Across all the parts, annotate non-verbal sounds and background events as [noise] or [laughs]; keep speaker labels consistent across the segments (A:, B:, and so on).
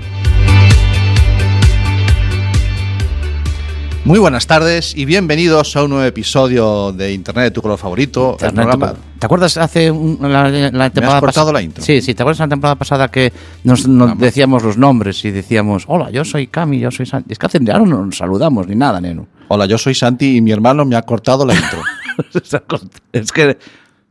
A: Muy buenas tardes y bienvenidos a un nuevo episodio de Internet de tu color favorito. el
B: Internet,
A: programa-
B: ¿te- ¿Te acuerdas hace un- la, la temporada
A: cortado
B: pas-
A: la intro.
B: Sí, sí, ¿te acuerdas la temporada pasada que nos, nos
A: Vamos.
B: decíamos los nombres y decíamos, hola, yo soy Cami, yo soy Santi? Es que hace ya no nos saludamos ni nada, neno. [laughs]
A: Hola, yo soy Santi y mi hermano me ha cortado la intro.
B: es que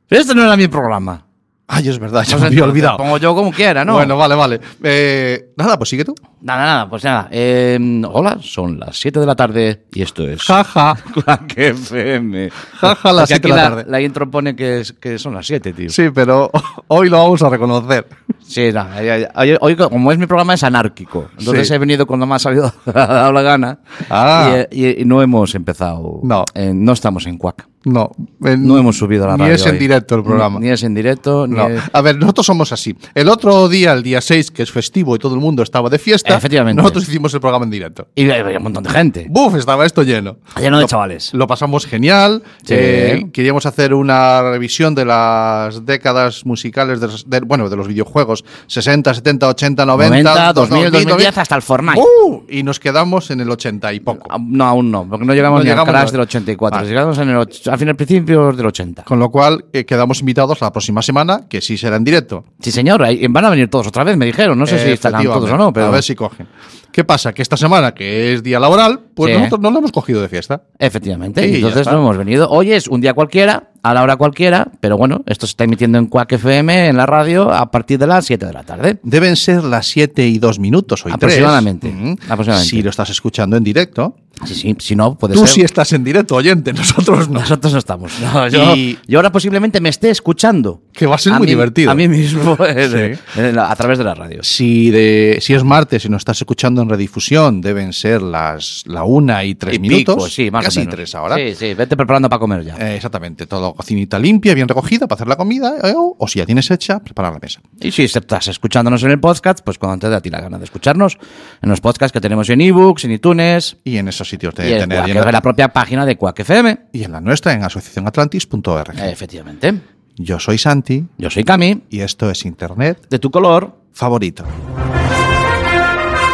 B: este no era mi programa.
A: Ay, es verdad, ya me
B: No sé,
A: había
B: te
A: olvidado.
B: Pongo yo como quiera, ¿no?
A: Bueno, vale, vale. Eh, nada, pues sigue tú.
B: Nada, nada, pues nada. Eh, hola, son las 7 de la tarde y esto
A: [laughs]
B: es.
A: Jaja.
B: Clack FM.
A: Jaja, las
B: Porque
A: siete
B: aquí
A: de la
B: la
A: tarde.
B: La intro pone que, es- que son las 7, tío.
A: Sí, pero [laughs] hoy lo vamos a reconocer.
B: Sí, no, ay, ay, ay, hoy, como es mi programa, es anárquico. Entonces
A: Sí.
B: he venido cuando me [laughs] ha salido dado la gana.
A: Ah.
B: Y, eh, y- y no hemos empezado.
A: No.
B: eh, no estamos en Cuac.
A: No, eh,
B: No hemos subido a la
A: ni
B: radio.
A: es en
B: hoy.
A: directo el programa.
B: Ni, ni es en directo. ni
A: No.
B: es-
A: A ver, nosotros somos así. El otro día, el día 6, que es festivo y todo el mundo estaba de fiesta,
B: Efectivamente.
A: nosotros hicimos el programa en directo.
B: Y había un montón de gente.
A: ¡Buf! Estaba esto lleno.
B: Lleno de chavales.
A: Lo pasamos genial.
B: Sí.
A: Eh, queríamos hacer una revisión de las décadas musicales, de, los- de- bueno, de los videojuegos 60, 70, 80, 90,
B: 90, 2000, 2010, hasta el Fortnite.
A: ¡Uh! y nos quedamos en el 80 y poco.
B: Ah, No, aún no, porque no llegamos
A: No
B: ni
A: llegamos Ah.
B: al crash
A: a-
B: del 84.
A: Vale.
B: Llegamos en el och- al final, principios del 80.
A: Con lo cual, eh, quedamos invitados la próxima semana, que sí será en directo.
B: Sí, señor, ahí- van a venir todos otra vez, me dijeron. No sé si estarán todos o no,
A: Efectivamente.
B: pero.
A: A ver si cogen. ¿Qué pasa? Que esta semana, que es día laboral, pues
B: Sí.
A: nosotros no lo hemos cogido de fiesta.
B: Efectivamente,
A: Sí, ya
B: entonces
A: está.
B: no hemos venido. Hoy es un día cualquiera, a la hora cualquiera, pero bueno, esto se está emitiendo en Quack FM, en la radio, a partir de las 7 de la tarde.
A: Deben ser las 7 y 2 minutos hoy.
B: Aproximadamente, aproximadamente.
A: Si lo estás escuchando en directo.
B: Sí, sí, si no, puede
A: Tú
B: ser.
A: sí estás en directo, oyente, nosotros no.
B: Nosotros no estamos. No, yo,
A: Y-
B: yo ahora posiblemente me esté escuchando.
A: Que va a ser
B: a
A: muy
B: mí-
A: divertido.
B: A mí mismo, [laughs] en-
A: Sí.
B: en la- a través de la radio.
A: Si, de, si es martes y nos estás escuchando en redifusión, deben ser las la 1 y 3
B: Y
A: minutos.
B: pico, sí, más o
A: casi
B: menos.
A: 3 ahora.
B: Sí, sí, vete preparando para comer ya.
A: Eh, exactamente, todo cocinita limpia, bien recogida para hacer la comida, eh, o, o si ya tienes hecha, preparar la mesa.
B: Y si estás escuchándonos en el podcast, pues cuando te dé a ti la gana de escucharnos, en los podcasts que tenemos en ebooks, en iTunes,
A: Y en esos sitios de
B: y en,
A: tener.
B: Quack,
A: y en
B: en la propia página de Quack FM.
A: y en la nuestra en asociacionatlantis.org.
B: Eh. Efectivamente.
A: Yo soy Santi
B: Yo soy Cami,
A: y esto es Internet
B: de tu color. [laughs]
A: favorito.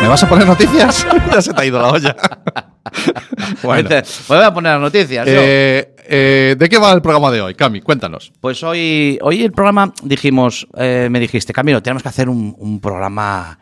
A: ¿Me vas a poner noticias? [laughs] ya se te ha ido la olla. bueno.
B: Pues voy a poner las noticias. yo.
A: Eh, eh, ¿De qué va el programa de hoy, Cami? Cuéntanos.
B: Pues hoy, hoy el programa dijimos, eh, me dijiste, Camilo, tenemos que hacer un, un programa.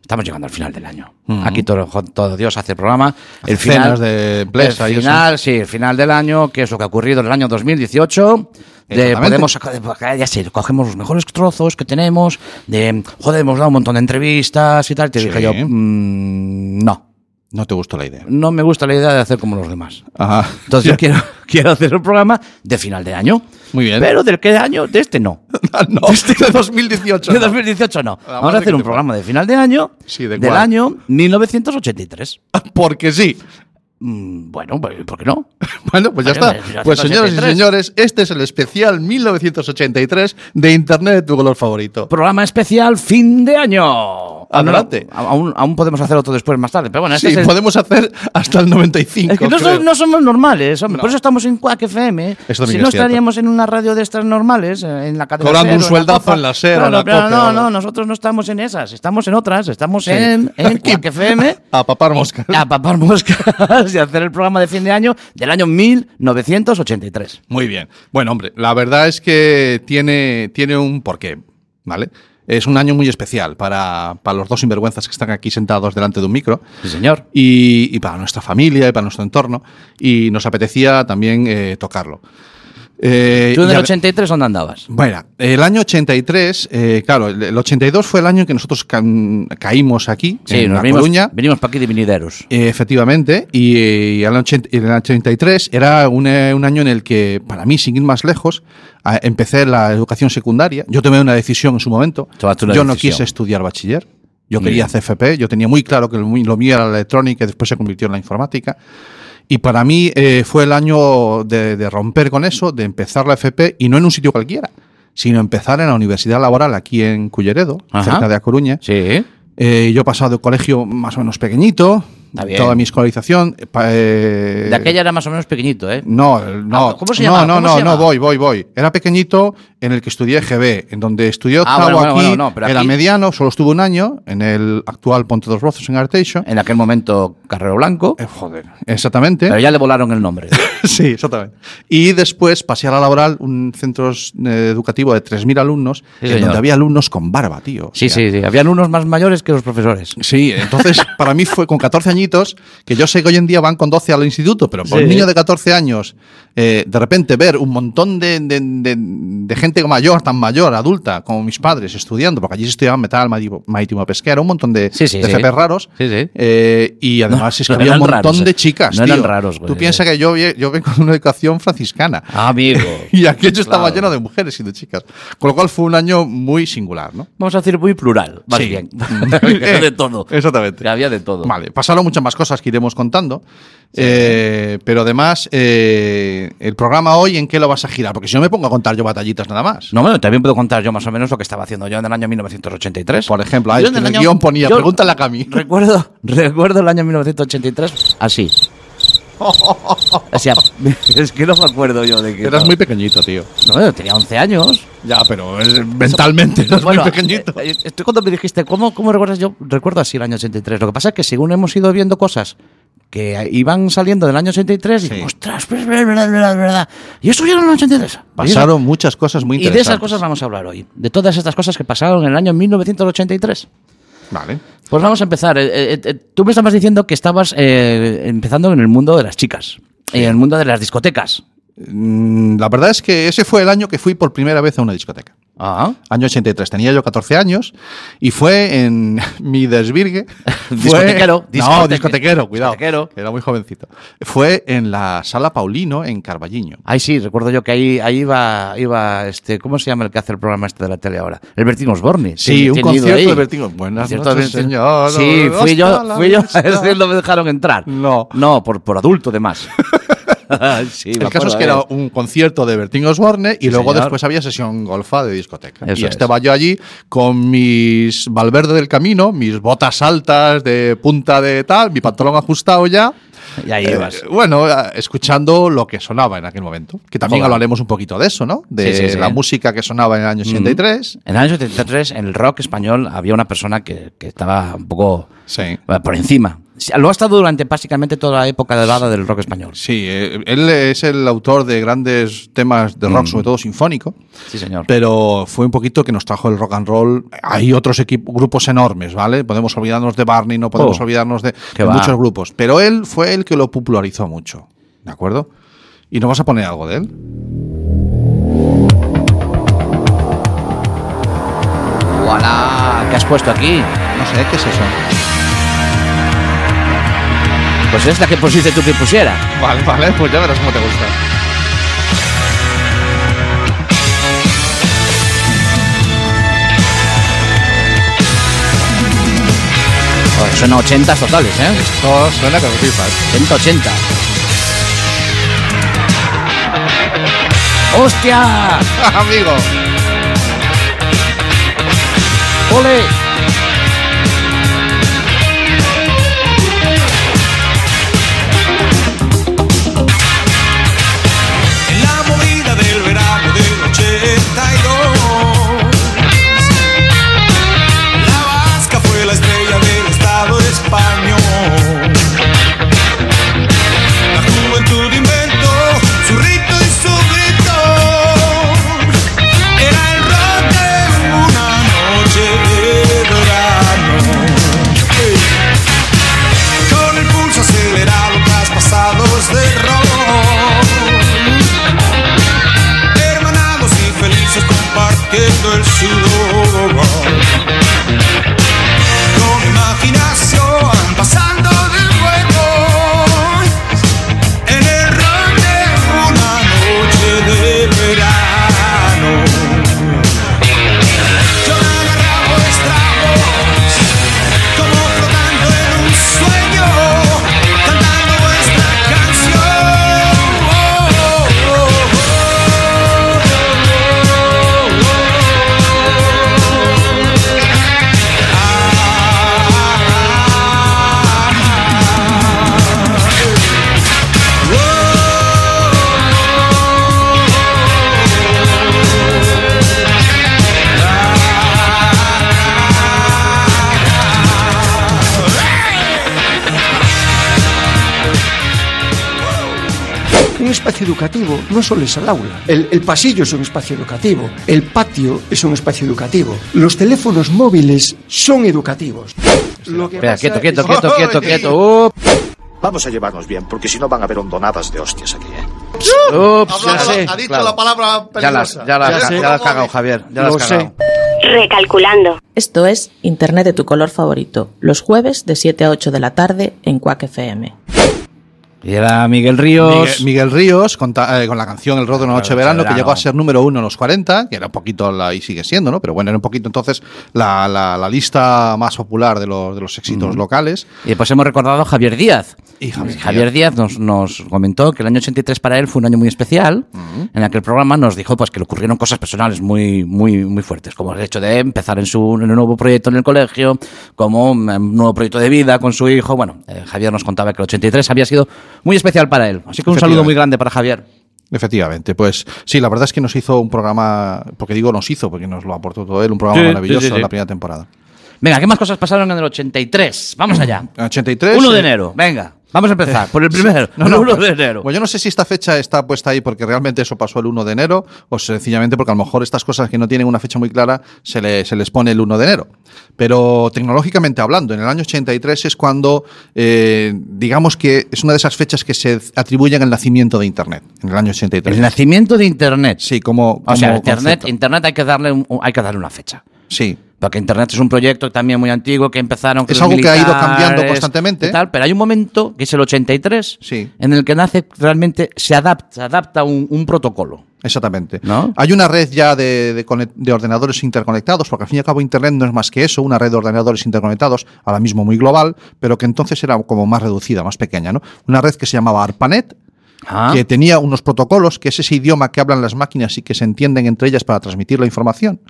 B: Estamos llegando al final del año. Aquí todo, todo Dios hace programa. el
A: Mm. Hace cenas
B: final
A: de empresa y
B: El
A: eso.
B: final, sí, el final del año, que es lo que ha ocurrido en el año 2018. De,
A: Exactamente.
B: podemos sacar- de- ya sé, cogemos los mejores trozos que tenemos. De, joder, hemos dado un montón de entrevistas y tal. Y te
A: Sí.
B: dije yo, "Mm, no,
A: No te gustó la idea.
B: no me gusta la idea de hacer como los demás.
A: Ajá.
B: Entonces
A: [laughs]
B: yo quiero, [laughs] quiero hacer un programa de final de año.
A: Muy bien.
B: Pero del que de año, de
A: [laughs]
B: este no.
A: Ah, no, de 2018.
B: De
A: no.
B: 2018 no. Vamos,
A: a
B: a
A: ver qué
B: hacer un
A: te
B: programa de final de año
A: Sí, ¿de
B: del
A: cuál?
B: año 1983.
A: Ah, Porque sí.
B: Mm, bueno, pues, ¿por qué no?
A: Bueno, pues ya
B: Bueno,
A: está. Pues señoras y
B: 1983.
A: señores, este es el especial 1983 de Internet de tu color favorito.
B: Programa especial fin de año.
A: Adelante.
B: Aún, aún- aún podemos hacer otro después más tarde, pero bueno, este
A: Sí,
B: es el-
A: podemos hacer hasta el 95.
B: Es que no, so-
A: creo.
B: no somos normales, hombre.
A: No.
B: Por eso estamos en Quack FM.
A: Eso también
B: si
A: es
B: no
A: cierto.
B: estaríamos en una radio de estas normales, eh, en la cadena
A: Cobrando
B: Ser
A: un
B: o
A: sueldazo
B: Copa.
A: en la Ser o
B: Claro,
A: en la
B: pero
A: Cope
B: no,
A: ahora.
B: no, nosotros no estamos en esas, estamos en otras, estamos
A: Sí.
B: en,
A: [laughs]
B: en
A: Aquí.
B: Quack FM.
A: A papar moscas.
B: A papar moscas [laughs] y hacer el programa de fin de año del año 1983.
A: Muy bien. Bueno, hombre, la verdad es que tiene, tiene un porqué, ¿vale? Es un año muy especial para, para los dos sinvergüenzas que están aquí sentados delante de un micro
B: Sí, señor.
A: y, y para nuestra familia y para nuestro entorno. Y nos apetecía también eh, tocarlo. Eh,
B: ¿Tú en
A: y
B: el
A: a-
B: 83 dónde andabas?
A: bueno, el año 83, eh, claro, el el 82 fue el año en que nosotros can- caímos aquí, en La
B: venimos,
A: Coruña,
B: venimos para aquí de Vinideros.
A: eh, efectivamente, y, eh, y el año 80 el año 83 era un, eh, un año en el que, para mí, sin ir más lejos, a- empecé la educación secundaria. Yo tomé una decisión en su momento. Yo
B: Tomaste una
A: no
B: decisión.
A: quise estudiar bachiller. Yo
B: Muy
A: quería
B: bien.
A: CFP, yo tenía muy claro que lo mí- lo mío era la electrónica y después se convirtió en la informática. Y para mí eh, fue el año de, de romper con eso, de empezar la FP y no en un sitio cualquiera, sino empezar en la Universidad Laboral aquí en Culleredo,
B: Ajá.
A: cerca de A Coruña.
B: Sí.
A: Eh, yo he pasado de colegio más o menos pequeñito,
B: Está bien.
A: toda mi escolarización. eh, pa- eh,
B: De aquella era más o menos pequeñito, ¿eh?
A: No, no.
B: Ah, ¿cómo se
A: no,
B: llama?
A: No,
B: ¿Cómo
A: no,
B: se
A: no,
B: llama?
A: voy, voy, voy. Era pequeñito en el que estudié GB, en donde estudié
B: Ah,
A: octavo
B: bueno, bueno,
A: aquí,
B: bueno, no, pero
A: era
B: aquí-
A: mediano, solo estuve un año en el actual Ponte dos Rozos en Arteixo.
B: En aquel momento Carrero Blanco,
A: Eh, joder, exactamente.
B: pero ya le volaron el nombre.
A: [laughs] Sí, exactamente. Y después pasé a la laboral, un centro eh, educativo de 3.000 alumnos,
B: Sí,
A: en
B: señor.
A: donde había alumnos con barba, tío. O
B: Sí,
A: sea,
B: sí, sí. Habían unos más mayores que los profesores.
A: Sí,
B: [laughs]
A: entonces para mí fue con 14 añitos, que yo sé que hoy en día van con 12 al instituto, pero para un
B: Sí.
A: niño de 14 años, eh, de repente ver un montón de, de- de- de gente mayor, tan mayor, adulta, como mis padres, estudiando, porque allí se estudiaban metal, marítimo- marítimo pesquera, un montón de,
B: Sí, sí,
A: de
B: sí.
A: jefes raros.
B: Sí, sí.
A: eh, y además
B: No,
A: es que
B: no
A: había un
B: eran
A: montón
B: raros,
A: de
B: eh.
A: chicas.
B: No eran
A: tío.
B: raros, pues, eh. güey.
A: Tú piensas que yo, vi- yo vengo de una educación franciscana.
B: Amigo.
A: [laughs] Y aquello estaba
B: Claro.
A: lleno de mujeres y de chicas. Con lo cual fue un año muy singular, ¿no?
B: Vamos a decir muy plural, más
A: Sí. [laughs] Eh,
B: bien. [laughs] Había de todo.
A: Exactamente.
B: Había de todo.
A: Vale, pasaron muchas más cosas que iremos contando. Eh, pero además, eh, el programa hoy, ¿en qué lo vas a girar? Porque si no me pongo a contar yo batallitas nada más.
B: No, bueno, también puedo contar yo más o menos lo que estaba haciendo yo en el
A: [laughs]
B: año 1983.
A: Por ejemplo, ah,
B: Yo
A: es que
B: el
A: en el
B: año-
A: guión ponía,
B: yo
A: pregúntale a Cami.
B: Recuerdo, recuerdo el año 1983 así. [laughs] O sea, es que no me acuerdo yo de que.
A: Eras muy pequeñito, tío.
B: No, bueno, tenía 11 años.
A: Ya, pero eh, mentalmente [laughs] eras
B: Bueno,
A: muy pequeñito.
B: eh, eh, estoy cuando me dijiste, ¿cómo, ¿cómo recuerdas? Yo recuerdo así el año 83. Lo que pasa es que según hemos ido viendo cosas que iban saliendo del año 83, y
A: Sí.
B: ostras, pues, es verdad, es verdad, es verdad. Y eso ya era el año 83.
A: pasaron muchas cosas muy
B: Y de
A: interesantes.
B: esas cosas vamos a hablar hoy. De todas estas cosas que pasaron en el año 1983.
A: Vale.
B: Pues vamos a empezar. Eh, eh, eh, tú me estabas diciendo que estabas eh, empezando en el mundo de las chicas, en el mundo de las discotecas.
A: Mm, La verdad es que ese fue el año que fui por primera vez a una discoteca.
B: Ah.
A: Año 83, tenía yo 14 años y fue en [laughs] mi
B: [laughs]
A: desvirgue. fue-
B: Discotequero,
A: No,
B: discote-
A: discotequero, cuidado.
B: discotequero.
A: Era muy jovencito. Fue en la Sala Paulino en Carballiño.
B: Ahí sí, recuerdo yo que ahí, ahí iba, iba este, ¿cómo se llama el que hace el programa este de la tele ahora? El Bertín Osborne.
A: Sí, un
B: tiene ido
A: concierto
B: ahí.
A: de Bertín Osborne. Buenas
B: Concierto
A: noches,
B: de Bertín-
A: señor.
B: Sí, fui
A: Hasta la
B: yo, fui yo, [laughs]
A: vista.
B: es que no me dejaron entrar.
A: No.
B: No, por, por adulto
A: [laughs]
B: de más. Sí, me
A: el caso
B: acuerdo
A: es que
B: de
A: era
B: eso.
A: un concierto de Bertín Osborne y luego
B: señor.
A: después había sesión golfa de discoteca.
B: Eso
A: y
B: es.
A: estaba yo allí con mis Valverde del Camino, mis botas altas de punta de tal, mi pantalón ajustado ya.
B: Y ahí
A: Eh,
B: ibas.
A: bueno, eh, escuchando lo que sonaba en aquel momento. Que también
B: Joder.
A: hablaremos un poquito de eso, ¿no? De
B: Sí, sí, sí.
A: la música que sonaba en el año 83.
B: En el año 73, en el rock español, había una persona que, que estaba un poco
A: Sí.
B: eh, por encima. Sí, Lo ha estado durante básicamente toda la época dorada del rock español.
A: Sí, eh, él es el autor de grandes temas de rock, sobre todo sinfónico,
B: Sí, señor.
A: pero fue un poquito que nos trajo el rock and roll. Hay otros equip- grupos enormes, ¿vale? Podemos olvidarnos de Barney, no podemos
B: Oh,
A: olvidarnos de, de
B: qué va.
A: muchos grupos, pero él fue el que lo popularizó mucho, ¿de acuerdo? ¿Y nos vas a poner algo de él?
B: ¡Voilà! ¿Qué has puesto aquí?
A: No sé, ¿qué es eso?
B: Pues es la que pusiste tú que pusiera.
A: Vale, vale, pues ya verás cómo te gusta.
B: Joder, Son 80 totales, ¿eh?
A: Todo suena que flipas.
B: 180. ¡Hostia!
A: Amigo.
B: ¡Ole!
C: en la movida del verano del 82. La vasca fue la estrella del Estado español. La juventud inventó su rito y su grito. Era el rock de una noche
D: un espacio educativo no solo es el aula. El, el pasillo es un espacio educativo. El patio es un espacio educativo. Los teléfonos móviles son educativos. Lo que
B: Espera,
D: pasa
B: quieto, quieto,
D: es-
B: quieto,
E: [laughs]
B: quieto, quieto. Ups,
F: Vamos a llevarnos bien, porque si no van a haber hondonadas de hostias aquí, ¿eh?
B: ups,
E: Hablaba-
B: ya sé,
E: ha dicho
B: claro.
E: la palabra
B: Ya las,
E: peligrosa.
B: ya las,
D: Ya sé.
B: ya las has cagado, Javier. Ya las
D: Lo
B: has cagado.
D: sé.
G: Recalculando.
H: Esto es Internet de tu color favorito, los jueves de 7 a 8 de la tarde en Quack FM.
B: Y era Miguel Ríos.
A: Miguel, Miguel Ríos con, ta- eh, con la canción El rodo de una noche de verano, que llegó a ser número uno en los 40, que era un poquito, la, y sigue siendo, ¿no? Pero bueno, era un poquito entonces la, la- la lista más popular de los, de los éxitos locales.
B: Y después hemos recordado a Javier Díaz. Eh,
A: Y Javier
B: Díaz nos, nos comentó que el año 83 para él fue un año muy especial. En aquel programa nos dijo pues, que le ocurrieron cosas personales muy, muy, muy fuertes, como el hecho de empezar en, su, en un nuevo proyecto en el colegio, como un eh, nuevo proyecto de vida con su hijo. Bueno, eh, Javier nos contaba que el 83 había sido muy especial para él. Así que un saludo muy grande para Javier.
A: Efectivamente, pues sí, la verdad es que nos hizo un programa, porque digo nos hizo, porque nos lo aportó todo él, un programa
B: Sí,
A: maravilloso
B: sí, sí, sí.
A: en la primera temporada.
B: Venga, ¿qué más cosas pasaron en el 83?
A: [clears throat]
B: Vamos allá.
A: 83.
B: 1 de
A: eh,
B: enero, venga. Vamos a empezar por el primero.
A: [laughs] No, no,
B: 1 de
A: pues,
B: enero.
A: Bueno, yo no sé si esta fecha está puesta ahí porque realmente eso pasó el 1 de enero o sencillamente porque a lo mejor estas cosas que no tienen una fecha muy clara se, le- se les pone el 1 de enero. Pero tecnológicamente hablando, en el año 83 es cuando, eh, digamos que es una de esas fechas que se atribuyen al nacimiento de Internet, en el año 83.
B: El nacimiento de Internet.
A: sí, como...
B: O
A: como
B: sea, internet,
A: concepto.
B: internet hay que darle un- un- hay que darle una fecha.
A: Sí.
B: Porque Internet es un proyecto también muy antiguo que empezaron. con
A: Es
B: los
A: algo que ha ido
B: militares
A: cambiando constantemente. ¿eh?
B: y tal, pero hay un momento, que es el 83,
A: Sí.
B: en el que nace realmente, se adapta, se adapta un, un protocolo.
A: Exactamente.
B: ¿No?
A: Hay una red ya de, de conec- de ordenadores interconectados, porque al fin y al cabo Internet no es más que eso, una red de ordenadores interconectados, ahora mismo muy global, pero que entonces era como más reducida, más pequeña, ¿no? Una red que se llamaba ARPANET,
B: Ah,
A: que tenía unos protocolos, que es ese idioma que hablan las máquinas y que se entienden entre ellas para transmitir la información.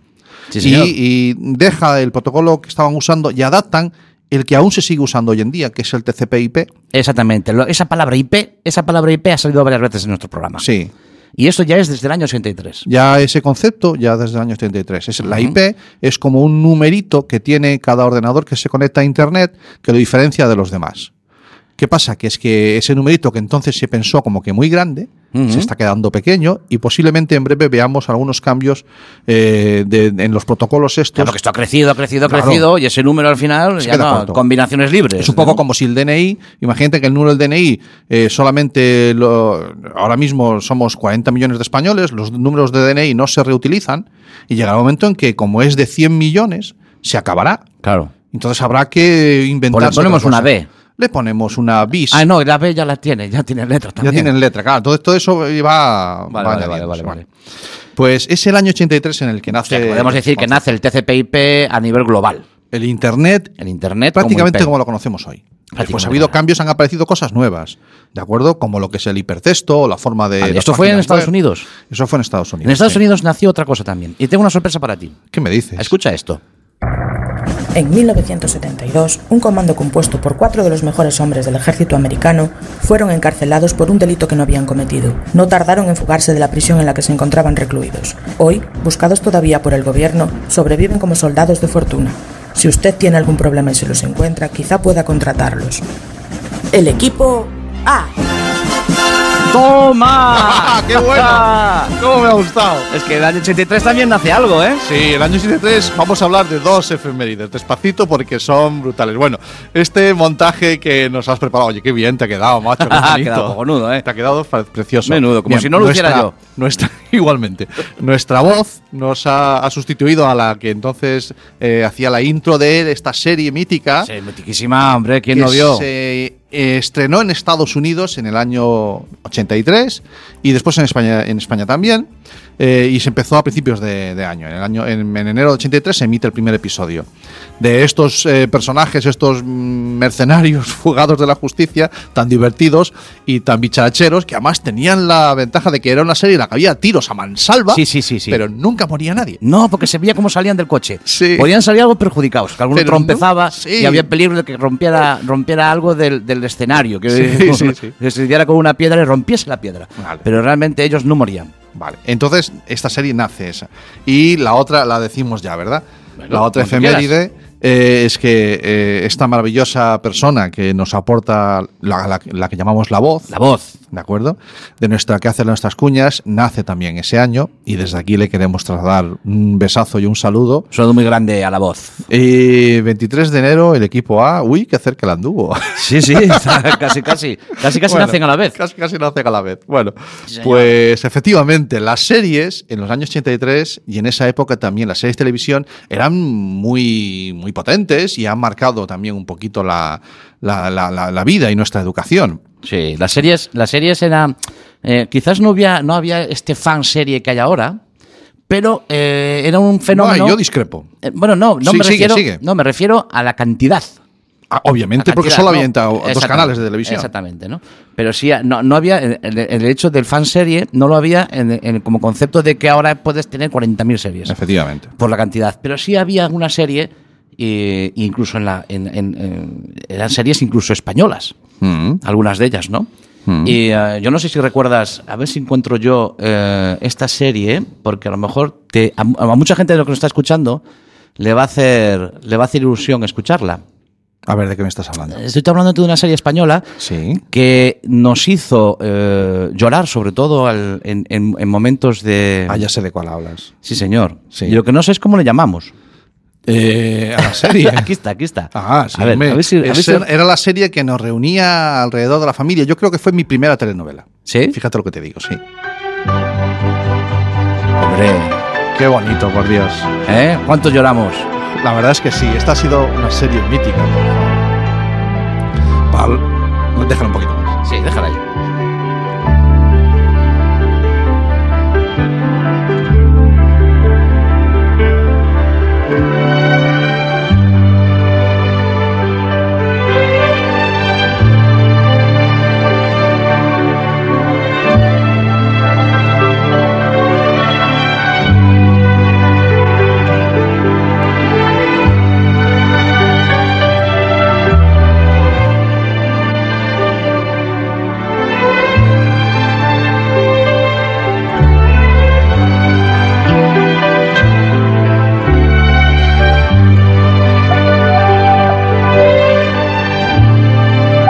B: sí,
A: Y-
B: señor.
A: y, deja el protocolo que estaban usando y adaptan el que aún se sigue usando hoy en día, que es el TCP/IP.
B: Exactamente. Lo- esa palabra IP, esa palabra IP ha salido varias veces en nuestro programa.
A: Sí.
B: Y esto ya es desde el año 83.
A: Ya ese concepto, ya desde el año 33. Es, La IP es como un numerito que tiene cada ordenador que se conecta a Internet que lo diferencia de los demás. ¿Qué pasa? Que es que ese numerito que entonces se pensó como que muy grande,
B: Ujú.
A: se está quedando pequeño y posiblemente en breve veamos algunos cambios eh, de- en los protocolos estos.
B: Claro, que esto ha crecido, ha crecido, ha
A: Claro.
B: crecido, y ese número al final,
A: Se
B: ya
A: queda
B: no,
A: corto.
B: combinaciones libres.
A: Es un poco
B: ¿no?
A: como si el DNI, imagínate que el número del DNI eh, solamente, lo- ahora mismo somos 40 millones de españoles, los números de DNI no se reutilizan y llegará un momento en que como es de 100 millones, se acabará.
B: Claro.
A: Entonces habrá que inventar.
B: Pues le ponemos
A: otra cosa.
B: una B.
A: Le ponemos una bis.
B: Ah, no, la B ya la tiene, ya tiene letras
A: Ya
B: también.
A: tienen letra, claro. Todo, todo eso va. va
B: Vale, vale, vale,
A: añadiéndose,
B: vale,
A: bueno.
B: vale.
A: Pues es el año 83 en el que
B: O
A: nace.
B: sea, que podemos decir que nace el TCP/IP a nivel global.
A: El Internet
B: El Internet como
A: prácticamente
B: IP.
A: como, lo conocemos hoy.
B: Prácticamente
A: Pues ha habido
B: como-
A: cambios, han aparecido cosas nuevas, ¿de acuerdo? Como lo que es el hipertexto, o la forma de.
B: Ah,
A: las
B: esto fue en
A: páginas
B: Estados
A: web.
B: Unidos.
A: Eso fue en Estados Unidos.
B: En Estados
A: sí.
B: Unidos nació otra cosa también. Y tengo una sorpresa para ti.
A: ¿Qué me dices?
B: Escucha esto.
I: En 1972, un comando compuesto por cuatro de los mejores hombres del ejército americano fueron encarcelados por un delito que no habían cometido. No tardaron en fugarse de la prisión en la que se encontraban recluidos. Hoy, buscados todavía por el gobierno, sobreviven como soldados de fortuna. Si usted tiene algún problema y se los encuentra, quizá pueda contratarlos. El equipo A.
B: ¡Toma!
A: Ah, ¡Qué bueno! ¿Cómo me ha gustado?
B: es que el año 83 también nace algo, ¿eh?
A: Sí, el año 73 vamos a hablar de dos efemérides, despacito porque son brutales. Bueno, este montaje que nos has preparado, oye, qué bien te ha quedado, macho. qué
B: [laughs] Ha
A: bonito.
B: quedado cojonudo, ¿eh?
A: Te ha quedado fa- precioso.
B: Menudo, como si no lo hiciera yo.
A: Nuestra, [laughs] igualmente. Nuestra voz nos ha, ha sustituido a la que entonces eh, hacía la intro de esta serie mítica.
B: Sí, mitiquísima, hombre, ¿quién
A: que
B: no vio?
A: Se eh, estrenó en Estados Unidos en el año 83 y después en España, en España también. eh, y se empezó a principios de, de año. En, el año en, en enero de 83 se emite el primer episodio. De estos eh, personajes, estos mm, mercenarios [laughs] fugados de la justicia, tan divertidos y tan bicharacheros, que además tenían la ventaja de que era una serie en la que había tiros a mansalva,
B: Sí, sí, sí, sí.
A: pero nunca moría nadie.
B: No, porque se veía cómo salían del coche.
A: Sí.
B: Podían salir algo perjudicados, que alguno
A: Pero
B: trompezaba
A: no, sí.
B: y había peligro de que rompiera, rompiera algo del, del escenario. Que,
A: Sí, sí, sí.
B: que se diera con una piedra y rompiese la piedra.
A: Vale.
B: Pero realmente ellos no morían.
A: Vale, entonces esta serie nace esa. Y la otra la decimos ya, ¿verdad?
B: Bueno,
A: la otra
B: cuando
A: efeméride eh, es que eh, esta maravillosa persona que nos aporta la, la- la que llamamos la voz,
B: La voz.
A: ¿de acuerdo? De nuestra que hace nuestras cuñas, nace también ese año y desde aquí le queremos trasladar un besazo y un saludo.
B: Un saludo muy grande a la voz.
A: Y 23 de enero, el equipo A, uy, qué cerca la anduvo.
B: Sí, [laughs] sí, casi, casi. Casi, casi
A: Bueno,
B: nacen a la vez.
A: Casi, casi nacen a la vez. Bueno,
B: señor.
A: pues efectivamente, las series en los años 83 y en esa época también las series de televisión eran muy, muy potentes y han marcado también un poquito la, la- la- la- la vida y nuestra educación.
B: Sí, las series, las series eran. eh, quizás no había, no había este fan serie que hay ahora, pero eh, era un fenómeno.
A: No, yo discrepo.
B: Eh, bueno, no, no
A: Sí,
B: me
A: sigue,
B: refiero.
A: sigue.
B: No, me refiero a la cantidad.
A: Ah, obviamente,
B: La
A: porque
B: cantidad,
A: solo había
B: ¿no?
A: entrado dos
B: Exactamente,
A: canales de televisión.
B: Exactamente, ¿no? Pero sí, no, no había. El, el- el hecho del fan serie no lo había en- en- como concepto de que ahora puedes tener 40.000 series
A: Efectivamente.
B: por la cantidad. Pero sí había una serie, eh, incluso en la. en- en- en- eran series incluso españolas
A: Mm.
B: algunas de ellas, ¿no? Y eh, yo no sé si recuerdas, a ver si encuentro yo eh, esta serie, porque a lo mejor te, a, a mucha gente de lo que nos está escuchando le va a hacer, le va a hacer ilusión escucharla.
A: A ver, ¿de qué me estás hablando?
B: Estoy hablando de una serie española
A: Sí.
B: eh. que nos hizo eh, llorar, sobre todo al- en, en- en momentos de...
A: Ah, ya sé de cuál hablas.
B: Sí, señor.
A: Sí.
B: Y lo que no sé es cómo le llamamos.
A: Eh, a la [laughs] serie.
B: Aquí está, aquí está.
A: Ah, sí,
B: a ver,
A: hombre. eh,
B: a ver si- a ver
A: Esa
B: si-
A: Era la serie que nos reunía alrededor de la familia. Yo creo que fue mi primera telenovela.
B: ¿Sí?
A: Fíjate lo que te digo, sí.
B: Hombre,
A: Qué bonito, por Dios.
B: ¿eh? ¿Cuánto lloramos?
A: La verdad es que sí, esta ha sido una serie mítica. Pal, déjalo un poquito más.
B: Sí, déjala ahí.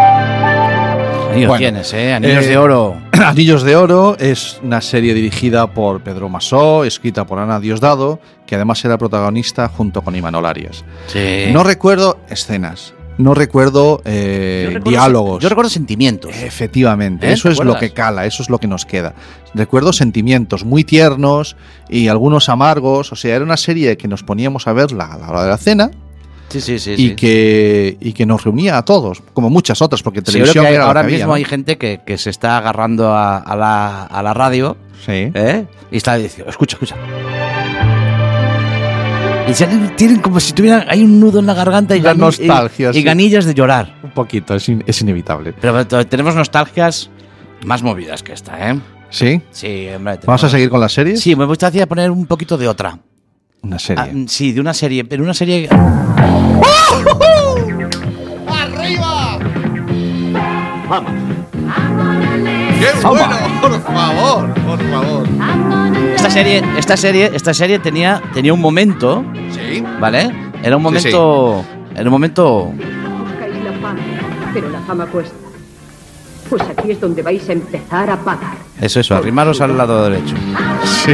B: Ahí lo
A: Bueno,
B: tienes, ¿eh? Anillos
A: eh, [clears throat]
B: de oro.
A: Anillos de Oro es una serie dirigida por Pedro Masó, escrita por Ana Diosdado, que además era protagonista junto con Imanol Arias.
B: Sí.
A: No recuerdo escenas, no recuerdo, eh,
B: Yo recuerdo-
A: diálogos.
B: Yo recuerdo sentimientos.
A: Efectivamente,
B: ¿Eh?
A: eso
B: ¿Te
A: es lo
B: acuerdas?
A: que cala, eso es lo que nos queda. Recuerdo sentimientos muy tiernos y algunos amargos, o sea, era una serie que nos poníamos a verla a la hora de la cena
B: Sí, sí, sí.
A: y,
B: sí.
A: Que, y que nos reunía a todos, como muchas otras, porque
B: Sí, yo creo
A: televisión
B: que hay-
A: era lo
B: ahora
A: que había,
B: mismo
A: ¿no?
B: hay gente que, que se está agarrando a, a la, a la radio
A: Sí.
B: ¿eh? y está diciendo, escucha, escucha. Y se tienen como si tuvieran, hay un nudo en la garganta y,
A: La
B: gani-
A: nostalgia,
B: y,
A: sí.
B: y ganillas de llorar.
A: Un poquito, es, in- es inevitable.
B: Pero t- tenemos nostalgias más movidas que esta, ¿eh?
A: ¿Sí?
B: Sí, hombre.
A: ¿Vamos
B: tenemos-
A: a seguir con la serie?
B: Sí, me gustaría poner un poquito de otra.
A: Una
B: Ah,
A: serie.
B: mm, sí, de una serie, pero una serie...
A: ¡Qué bueno! Por favor, por favor.
B: Esta serie, esta serie, esta serie tenía, tenía un momento,
A: Sí.
B: ¿vale? Era un
A: Sí, sí.
B: momento. Era un momento.
E: Buscáis la fama, pero la fama cuesta. Pues aquí es donde vais a empezar a pagar.
B: Eso, eso, arrimaros al lado derecho.
A: Sí.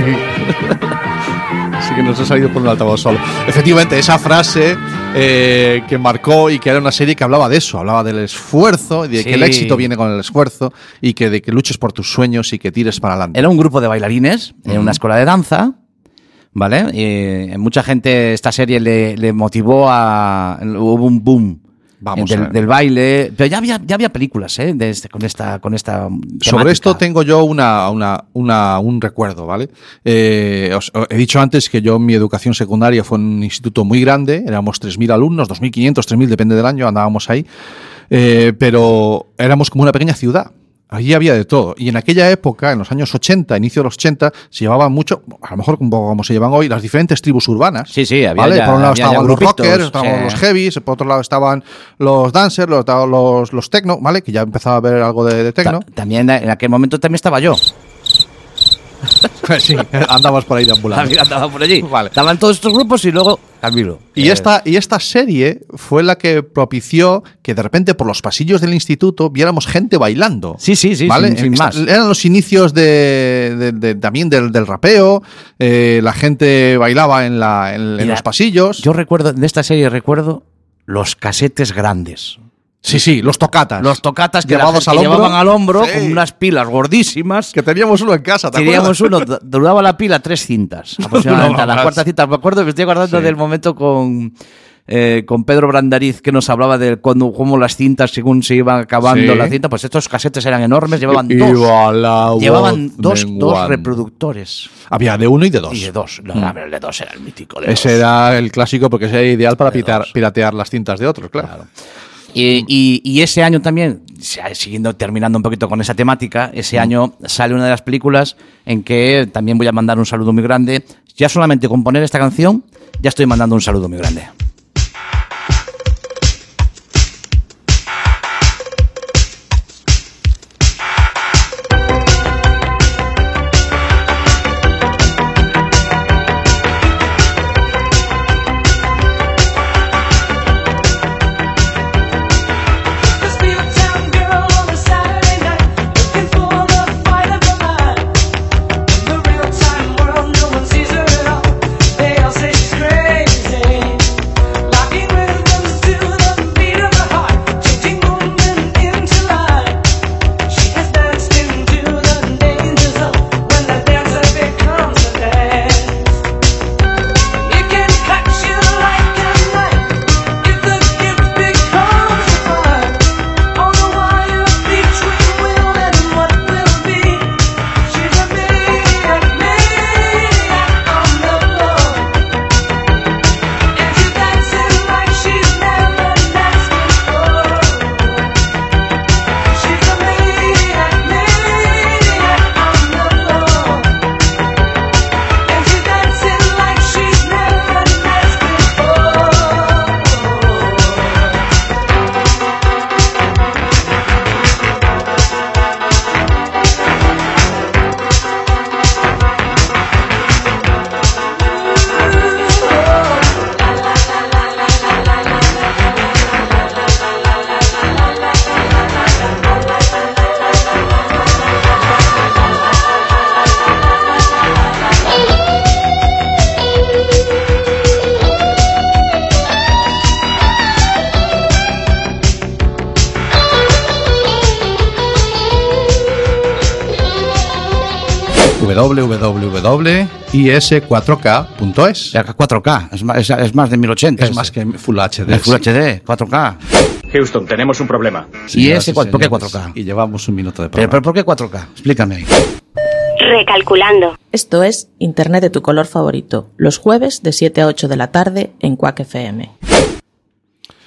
A: Así que nos ha salido por un altavoz solo. Efectivamente, esa frase eh, que marcó y que era una serie que hablaba de eso, hablaba del esfuerzo y de que el
B: Sí.
A: éxito viene con el esfuerzo y que de que luches por tus sueños y que tires para adelante.
B: Era un grupo de bailarines en una escuela de danza, ¿vale? Eh, mucha gente esta serie le, le motivó a. Hubo un boom. eh,
A: Vamos
B: del,
A: a ver.
B: del baile. Pero ya había, ya había películas, ¿eh? De este- con esta. Con esta
A: Sobre esto
B: temática.
A: tengo yo una, una- una- un recuerdo, ¿vale? Eh, os- os he dicho antes que yo mi educación secundaria fue en un instituto muy grande, éramos 3.000 alumnos, 2.500, 3.000, depende del año, andábamos ahí, Eh, pero éramos como una pequeña ciudad. Allí había de todo. Y en aquella época, en los años 80, inicio de los 80, se llevaban mucho, a lo mejor un poco como se llevan hoy, las diferentes tribus urbanas.
B: Sí, sí, había
A: ¿vale?
B: ya-
A: por un lado
B: había ya
A: estaban los
B: grupitos,
A: rockers, estaban
B: sí.
A: los heavies, por otro lado estaban los dancers, los, los, los techno, ¿vale? Que ya empezaba a haber algo de, de
B: Ta-
A: techno.
B: también en aquel momento también estaba yo. [laughs]
A: sí, andabas por ahí de ambulante.
B: También andaba por allí.
A: Vale.
B: Estaban todos estos grupos y luego Camilo.
A: Y
B: Eh,
A: esta, y esta serie fue la que propició que de repente por los pasillos del instituto viéramos gente bailando.
B: Sí, sí, sí,
A: ¿Vale?
B: sin- sin
A: Esta-
B: más.
A: Eran los inicios de, de- de- también del, del rapeo. eh, la gente bailaba en, la, en, en
B: Mira,
A: los pasillos.
B: Yo recuerdo, de esta serie recuerdo los casetes grandes.
A: sí, sí, los tocatas.
B: Los tocatas que, la
A: Llevados
B: gente
A: al hombro.
B: llevaban al hombro
A: Sí.
B: con unas pilas gordísimas.
A: que teníamos uno en casa, ¿te
B: Teníamos
A: acuerdas?
B: uno, du- duraba la pila
A: [laughs]
B: tres cintas aproximadamente.
A: Duraba
B: a la
A: más.
B: cuarta cinta, me acuerdo, me estoy acordando
A: Sí.
B: del momento con, eh, con Pedro Brandariz que nos hablaba de cuando, cómo las cintas, según se iban acabando
A: Sí.
B: la cinta, pues estos casetes eran enormes, llevaban
A: Y-
B: dos.
A: iba la voz
B: Llevaban dos, dos
A: menguante.
B: reproductores.
A: Había de uno y de dos.
B: Y de dos. No, no, pero el de dos Mm. era el mítico. de
A: Ese
B: dos.
A: era el clásico porque ese era ideal para pitar-
B: dos.
A: piratear las cintas de otros, claro.
B: Y, y- y ese año también, se- siguiendo terminando un poquito con esa temática, ese año sale una de las películas en que también voy a mandar un saludo muy grande. Ya solamente con poner esta canción, ya estoy mandando un saludo muy grande.
A: www.is4k.es.
B: 4K, es más, es, es más de 1080.
A: Es más que Full HD.
B: el Full HD, 4K.
F: Houston, tenemos un problema.
B: ¿Y
A: Señoras
B: ese, cua- por qué
A: señores,
B: 4K?
A: Y llevamos un minuto de
B: Pero,
A: programa.
B: pero ¿por qué 4K? Explícame ahí.
G: Recalculando.
H: Esto es Internet de tu color favorito, los jueves de 7 a 8 de la tarde en Quack FM.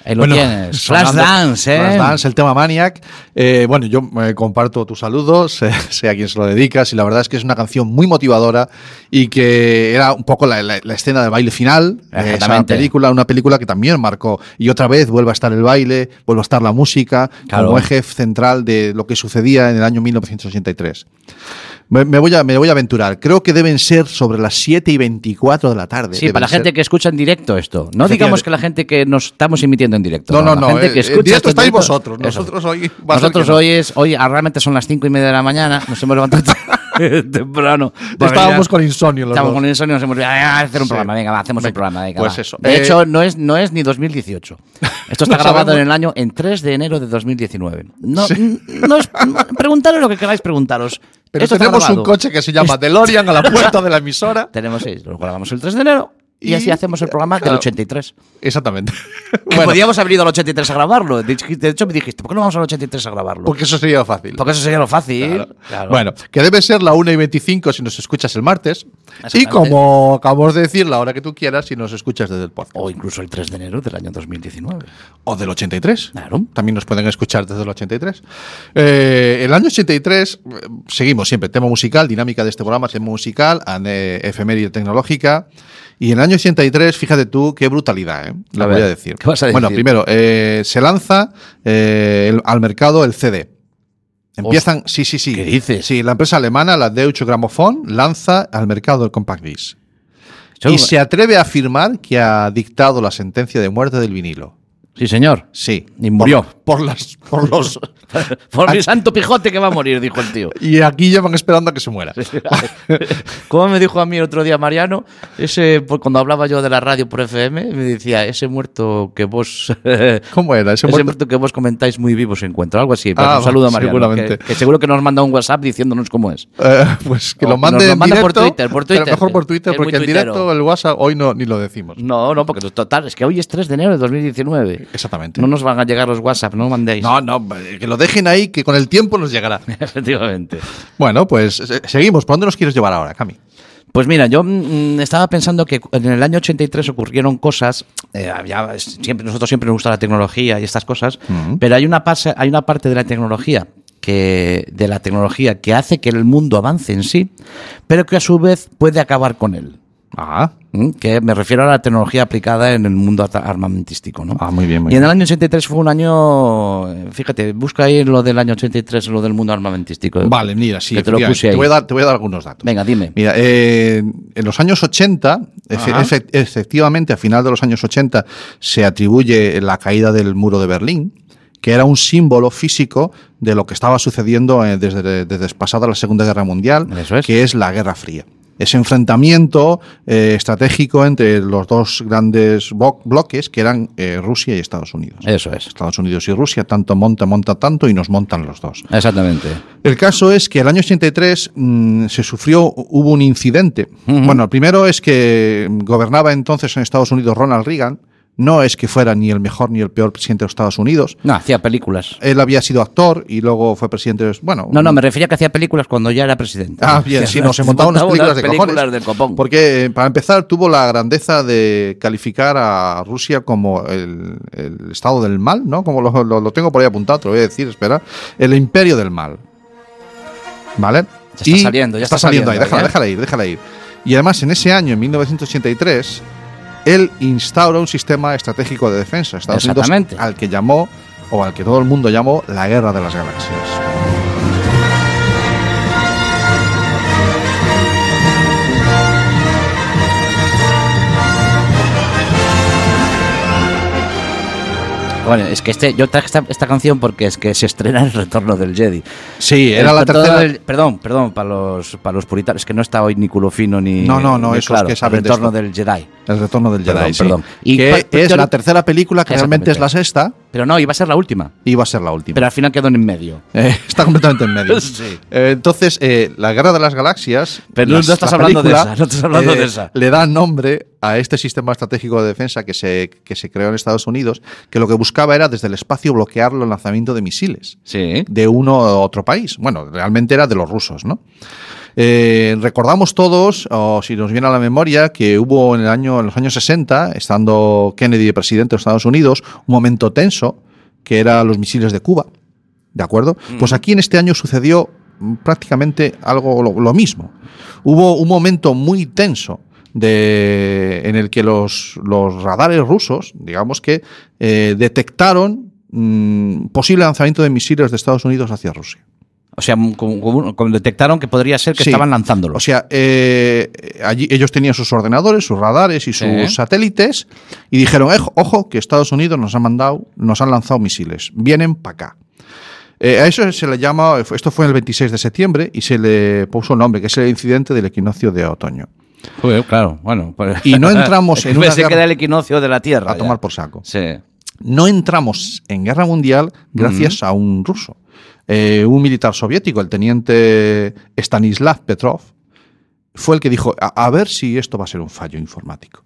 B: Ahí lo
A: Bueno,
B: tienes. Flash
A: sonando-
B: Dance, ¿eh?
A: Flashdance, el tema Maniac. Eh, bueno, yo eh, comparto tus saludos, [laughs] eh, sé a quién se lo dedicas, y la verdad es que es una canción muy motivadora y que era un poco la, la- la escena del baile final de esa
B: Exactamente.
A: película, una película que también marcó. Y otra vez vuelve a estar el baile, vuelve a estar la música
B: Claro.
A: como eje central de lo que sucedía en el año 1983. Me, me voy a, me voy a aventurar. Creo que deben ser sobre las 7 y 24 de la tarde.
B: Sí, para la
A: deben ser.
B: gente que escucha en directo esto. No digamos que la gente que nos estamos emitiendo en directo.
A: No, no,
B: la
A: no.
B: gente
A: eh,
B: que
A: eh,
B: escucha
A: directo
B: esto en
A: estáis
B: directo.
A: vosotros.
B: Eso.
A: Nosotros hoy. va a ser
B: Nosotros
A: que no.
B: hoy es, hoy ah, realmente son las cinco y media de la mañana, nos hemos levantado [laughs]
A: [laughs]
B: temprano. porque
A: Estábamos
B: ya-
A: con insomnio los
B: Estábamos
A: dos.
B: con insomnio, nos hemos ah, hacer un
A: Sí.
B: programa, venga, va, hacemos
A: Venga,
B: un programa, venga,
A: pues
B: va.
A: eso.
B: De
A: Eh,
B: hecho, no es, no es ni 2018. Esto está
A: [laughs] No
B: grabado
A: sabemos.
B: en el año, en 3 de enero de 2019. No, no es- preguntaros lo que queráis preguntaros.
A: Pero
B: Esto está
A: tenemos un
B: grabado.
A: coche que se llama DeLorean a
B: [laughs]
A: la puerta de la emisora.
B: Tenemos seis, lo grabamos el 3 de enero y,
A: Y-
B: así hacemos el programa
A: claro.
B: del 83. [laughs]
A: Exactamente.
B: Que
A: Bueno,
B: podíamos haber ido al 83 a grabarlo. De de hecho, me dijiste, ¿por qué no vamos al 83 a grabarlo?
A: porque eso sería fácil.
B: Porque eso sería lo fácil.
A: Claro.
B: Claro.
A: Bueno, que debe ser la 1 y 25 si nos escuchas el martes. Y
B: Exactamente.
A: como acabamos de decir, la hora que tú quieras si nos escuchas desde el podcast.
B: O incluso el 3 de enero del año 2019.
A: O del 83.
B: Claro.
A: También nos pueden escuchar desde el 83. Eh, el año 83, eh, seguimos siempre, tema musical, dinámica de este programa, tema musical, an- eh, efeméride tecnológica. Y en el año 83, fíjate tú, qué brutalidad, ¿eh? Lo
B: A
A: voy
B: ver,
A: a decir.
B: ¿qué vas a
A: Bueno,
B: decir?
A: primero, eh, se lanza eh, el- al mercado el CD. Empiezan, sí, sí, sí.
B: ¿qué dices?
A: Sí, la empresa alemana, la Deutsche Grammophon, lanza al mercado el compact disc. Y se atreve a afirmar que ha dictado la sentencia de muerte del vinilo.
B: Sí, señor.
A: Sí.
B: Y murió.
A: Por, por las, por los.
B: [laughs] Por mi santo pijote que va a morir, dijo el tío.
A: Y aquí llevan esperando a que se muera.
B: Como me dijo a mí el otro día Mariano, ese pues, cuando hablaba yo de la radio por FM, me decía, ese muerto que vos... [laughs] ese
A: [laughs] ¿Cómo era? Ese muerto-
B: muerto que vos comentáis muy vivo se encuentra, algo así. Pues,
A: Ah,
B: un saludo a Mariano,
A: seguramente.
B: Que, que seguro que nos manda un WhatsApp diciéndonos cómo es.
A: Eh, pues que
B: O
A: lo
B: nos
A: mande
B: lo
A: en
B: manda por
A: directo,
B: Twitter, por
A: pero
B: Twitter,
A: mejor por
B: que-
A: Twitter,
B: que es
A: porque
B: muy
A: en directo
B: tuitero.
A: el WhatsApp hoy no ni lo decimos.
B: No, no, porque total, es que hoy es 3 de enero de 2019.
A: Exactamente.
B: No nos van a llegar los WhatsApp, no [laughs] mandéis.
A: No, no, que lo dejen ahí, que con el tiempo nos llegará.
B: Efectivamente.
A: Bueno, pues eh, seguimos. ¿Por dónde nos quieres llevar ahora, Cami?
B: Pues mira, yo mm, estaba pensando que cu- en el año 83 ocurrieron cosas, eh, había- es- siempre, nosotros siempre nos gusta la tecnología y estas cosas, pero hay una, pasa- hay una parte de la tecnología que de la tecnología que hace que el mundo avance en sí, pero que a su vez puede acabar con él.
A: Ah,
B: ¿m? Que me refiero a la tecnología aplicada en el mundo ata- armamentístico, ¿no?
A: Ah, muy bien, muy
B: y en el
A: bien.
B: año 83 fue un año, eh, fíjate, busca ahí lo del año 83, lo del mundo armamentístico. ¿eh?
A: vale, mira, sí.
B: que te lo
A: efectivamente.
B: puse ahí.
A: voy a dar, te voy a dar algunos datos.
B: Venga, dime.
A: Mira, eh, en los años 80, efe- efe- efectivamente, a final de los años 80, se atribuye la caída del muro de Berlín, que era un símbolo físico de lo que estaba sucediendo eh, desde, desde pasada la Segunda Guerra Mundial,
B: Eso es.
A: que es la Guerra Fría. Ese enfrentamiento eh, estratégico entre los dos grandes bo- bloques que eran eh, Rusia y Estados Unidos.
B: Eso es.
A: Estados Unidos y Rusia, tanto monta, monta tanto y nos montan los dos.
B: Exactamente.
A: El caso es que el año 83 mm, se sufrió, hubo un incidente. Bueno, el primero es que gobernaba entonces en Estados Unidos Ronald Reagan. No es que fuera ni el mejor ni el peor presidente de Estados Unidos.
B: No, hacía películas.
A: Él había sido actor y luego fue presidente. de- Bueno,
B: No, no, me refería que hacía películas cuando ya era presidente.
A: Ah,
B: [laughs]
A: bien, sí, no, se montaban unas películas, de cojones.
B: del copón.
A: Porque, eh, para empezar, tuvo la grandeza de calificar a Rusia como el, el estado del mal, ¿no? Como lo, lo- lo tengo por ahí apuntado, te lo voy a decir, espera. El imperio del mal. ¿Vale?
B: Ya está saliendo, ya está saliendo
A: ahí,
B: ahí,
A: déjala,
B: ¿eh?
A: déjala ir, déjala ir. Y además, en ese año, en 1983, él instaura un sistema estratégico de defensa. Estados Unidos,
B: Exactamente.
A: al que llamó, o al que todo el mundo llamó, la guerra de las galaxias.
B: Bueno, es que este, yo traje esta, esta canción porque es que se estrena El Retorno del Jedi.
A: Sí, era
B: El
A: la
B: retorno
A: tercera.
B: del- perdón, perdón, para los, para los puritanos. Es que no está hoy ni culofino ni.
A: No, no, no,
B: ni
A: esos que saben
B: El
A: de
B: Retorno
A: esto.
B: del Jedi.
A: El retorno del Jedi,
B: Perdón,
A: sí.
B: perdón. Y pa-
A: que
B: pa-
A: es
B: teori-
A: la tercera película, que realmente es la sexta,
B: Pero no, iba a ser la última.
A: y va a ser la última.
B: Pero al final quedó en medio.
A: Eh, está completamente en medio.
B: [laughs] Sí.
A: Eh, entonces, eh, la Guerra de las Galaxias.
B: Pero no
A: las-
B: estás
A: la
B: hablando de
A: película, eh,
B: esa, no estás hablando de esa.
A: Le da nombre a este sistema estratégico de defensa que se, que se creó en Estados Unidos, que lo que buscaba era desde el espacio bloquear el lanzamiento de misiles
B: Sí.
A: de uno a otro país. Bueno, realmente era de los rusos, ¿no? Eh, recordamos todos, o si nos viene a la memoria, que hubo en, el año, en los años 60, estando Kennedy de presidente de los Estados Unidos, un momento tenso, que era los misiles de Cuba. ¿De acuerdo? Pues aquí en este año sucedió mm, prácticamente algo lo, lo mismo. Hubo un momento muy tenso de, en el que los, los radares rusos, digamos que, eh, detectaron mm, posible lanzamiento de misiles de Estados Unidos hacia Rusia.
B: O sea, como- como- como detectaron que podría ser que
A: Sí.
B: estaban lanzándolo.
A: O sea, eh, allí ellos tenían sus ordenadores, sus radares y sus
B: Sí.
A: satélites y dijeron, "Ejo, ojo, que Estados Unidos nos han mandado, nos han lanzado misiles, vienen para acá. Eh, a eso se le llama, esto fue el 26 de septiembre y se le puso el nombre, que es el incidente del equinoccio de otoño.
B: Joder, claro, bueno. pues-
A: Y no entramos
B: [laughs]
A: en una
B: Pensé que
A: guerra-
B: era el equinoccio de la Tierra.
A: A
B: ya.
A: tomar por saco.
B: Sí.
A: No entramos en guerra mundial gracias a un ruso, Eh, un militar soviético, el teniente Stanislav Petrov, fue el que dijo, a, a ver si esto va a ser un fallo informático.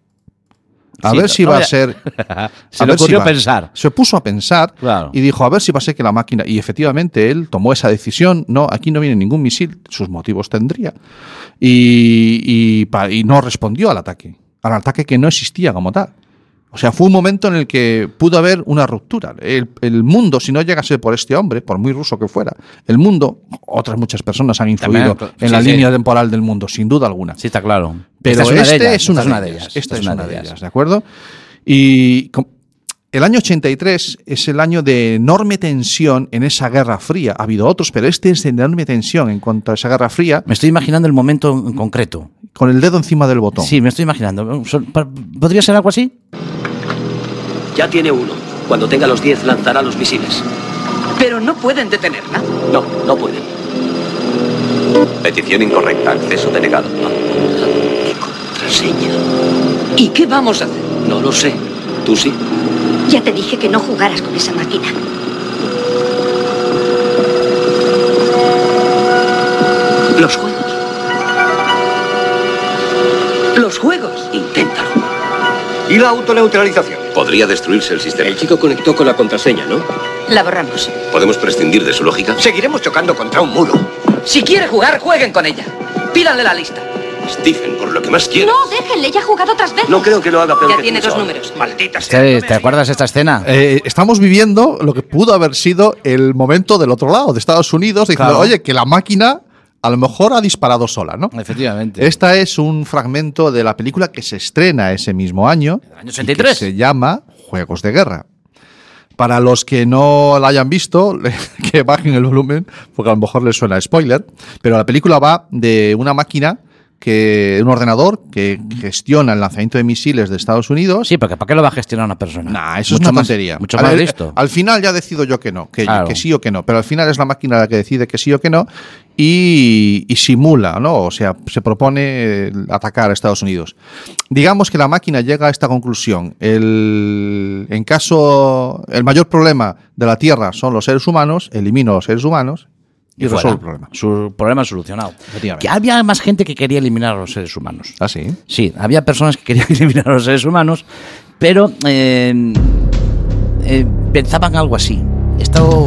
A: A
B: Sí,
A: ver si
B: no,
A: va a
B: ya-
A: ser...
B: [laughs] Se
A: a
B: le
A: ver si
B: ocurrió
A: va-
B: pensar.
A: Se puso a pensar
B: Claro.
A: y dijo, a ver si va a ser que la máquina... Y efectivamente él tomó esa decisión, no, aquí no viene ningún misil, sus motivos tendría. Y, y pa- y no respondió al ataque, al ataque que no existía como tal. O sea, fue un momento en el que pudo haber una ruptura. El, el mundo, si no llegase por este hombre, por muy ruso que fuera, el mundo, otras muchas personas han influido
B: También,
A: en
B: sí,
A: la
B: sí.
A: línea temporal del mundo, sin duda alguna.
B: Sí, está claro.
A: Pero
B: Esta
A: este
B: de ellas,
A: es una
B: esta
A: de ellas. Esta es una de ellas, ¿de acuerdo? Y com- El año 83 es el año de enorme tensión en esa Guerra Fría. Ha habido otros, pero este es de enorme tensión en cuanto a esa Guerra Fría.
B: Me estoy imaginando el momento en concreto.
A: Con el dedo encima del botón.
B: Sí, me estoy imaginando. ¿Podría ser algo así?
J: Ya tiene uno. Cuando tenga los 10 lanzará los misiles.
K: Pero no pueden detenerla.
J: No, no pueden.
L: Petición incorrecta, acceso denegado.
J: ¿Qué contraseña?
K: ¿Y qué vamos a hacer?
J: No lo sé. ¿Tú sí?
G: Ya te dije que no jugaras con esa máquina.
J: Los juegos.
K: Los juegos.
J: Inténtalo.
L: ¿Y la autoneutralización? Podría destruirse el sistema.
J: El chico conectó con la contraseña, ¿no?
K: La borramos.
L: ¿Podemos prescindir de su lógica?
J: Seguiremos chocando contra un muro.
K: Si quiere jugar, jueguen con ella. Pídanle la lista.
L: Stephen, por lo que más quieres.
G: No, déjenle, ya ha jugado otras veces.
J: No creo que lo haga peor
K: Ya
J: que
K: tiene
J: tú,
K: dos
J: Saul.
K: números.
J: Maldita sea.
B: ¿Te, te acuerdas esta escena?
A: Eh, estamos viviendo lo que pudo haber sido el momento del otro lado, de Estados Unidos, diciendo,
B: Claro.
A: oye, que la máquina a lo mejor ha disparado sola, ¿no?
B: Efectivamente.
A: Esta es un fragmento de la película que se estrena ese mismo año.
B: año
A: y
B: 83.
A: que se llama Juegos de Guerra. Para los que no la hayan visto, [laughs] le- que bajen el volumen, porque a lo mejor les suena a spoiler. Pero la película va de una máquina, que un ordenador que gestiona el lanzamiento de misiles de Estados Unidos.
B: Sí, porque ¿para qué lo va a gestionar una persona?
A: Nah, eso
B: Mucho
A: es una
B: más-
A: tontería. eh,
B: Mucho
A: Al-
B: más
A: al,
B: listo.
A: Al final ya decido yo que no, que,
B: Claro.
A: que sí o que no. Pero al final es la máquina la que decide que sí o que no y, y simula, ¿no? O sea, se propone eh, atacar a Estados Unidos. Digamos que la máquina llega a esta conclusión. El, en caso, el mayor problema de la Tierra son los seres humanos, elimino a los seres humanos y,
B: fuera.
A: resuelvo el problema.
B: Su problema solucionado.
A: Efectivamente.
B: Que había más gente que quería eliminar a los seres humanos.
A: ¿Ah, sí?
B: Sí, había personas que querían [laughs] eliminar a los seres humanos, pero eh, eh, pensaban algo así. He estado-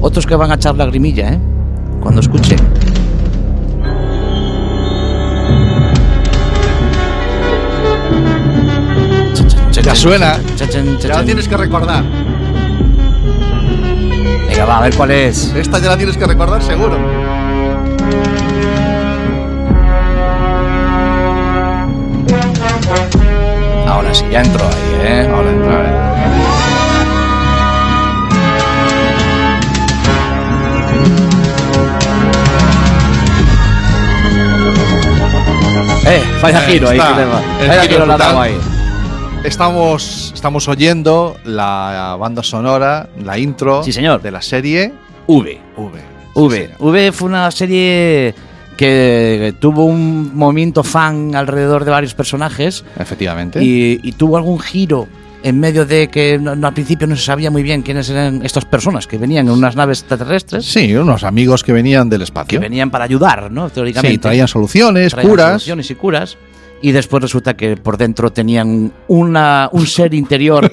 B: Otros que van a echar lagrimilla, ¿eh? Cuando escuchen.
A: Ya suena.
B: Cha, chan, cha,
A: Ya la
B: chan.
A: tienes que recordar.
B: Venga, va, a ver cuál es.
A: Esta ya la tienes que recordar seguro.
B: Ahora sí, ya entró ahí, ¿eh? Ahora entró, ahora entró. Eh, vaya
A: Ahí
B: giro ahí,
A: está,
B: Kilema.
A: el
B: Vaya
A: giro
B: giro la ha
A: brutal.
B: dado ahí.
A: Estamos, estamos oyendo la banda sonora, la intro
B: Sí, señor.
A: de la serie
B: V.
A: V. Sí,
B: V.
A: señor.
B: V fue una serie que tuvo un movimiento fan alrededor de varios personajes
A: Efectivamente.
B: y, y tuvo algún giro en medio de que no- no, al principio no se sabía muy bien quiénes eran estas personas que venían en unas naves extraterrestres.
A: sí, unos amigos que venían del
B: que
A: espacio.
B: venían para ayudar, ¿no? Teóricamente.
A: sí, traían soluciones,
B: Traían
A: curas.
B: soluciones y curas. Y después resulta que por dentro tenían una, un ser
A: [laughs]
B: interior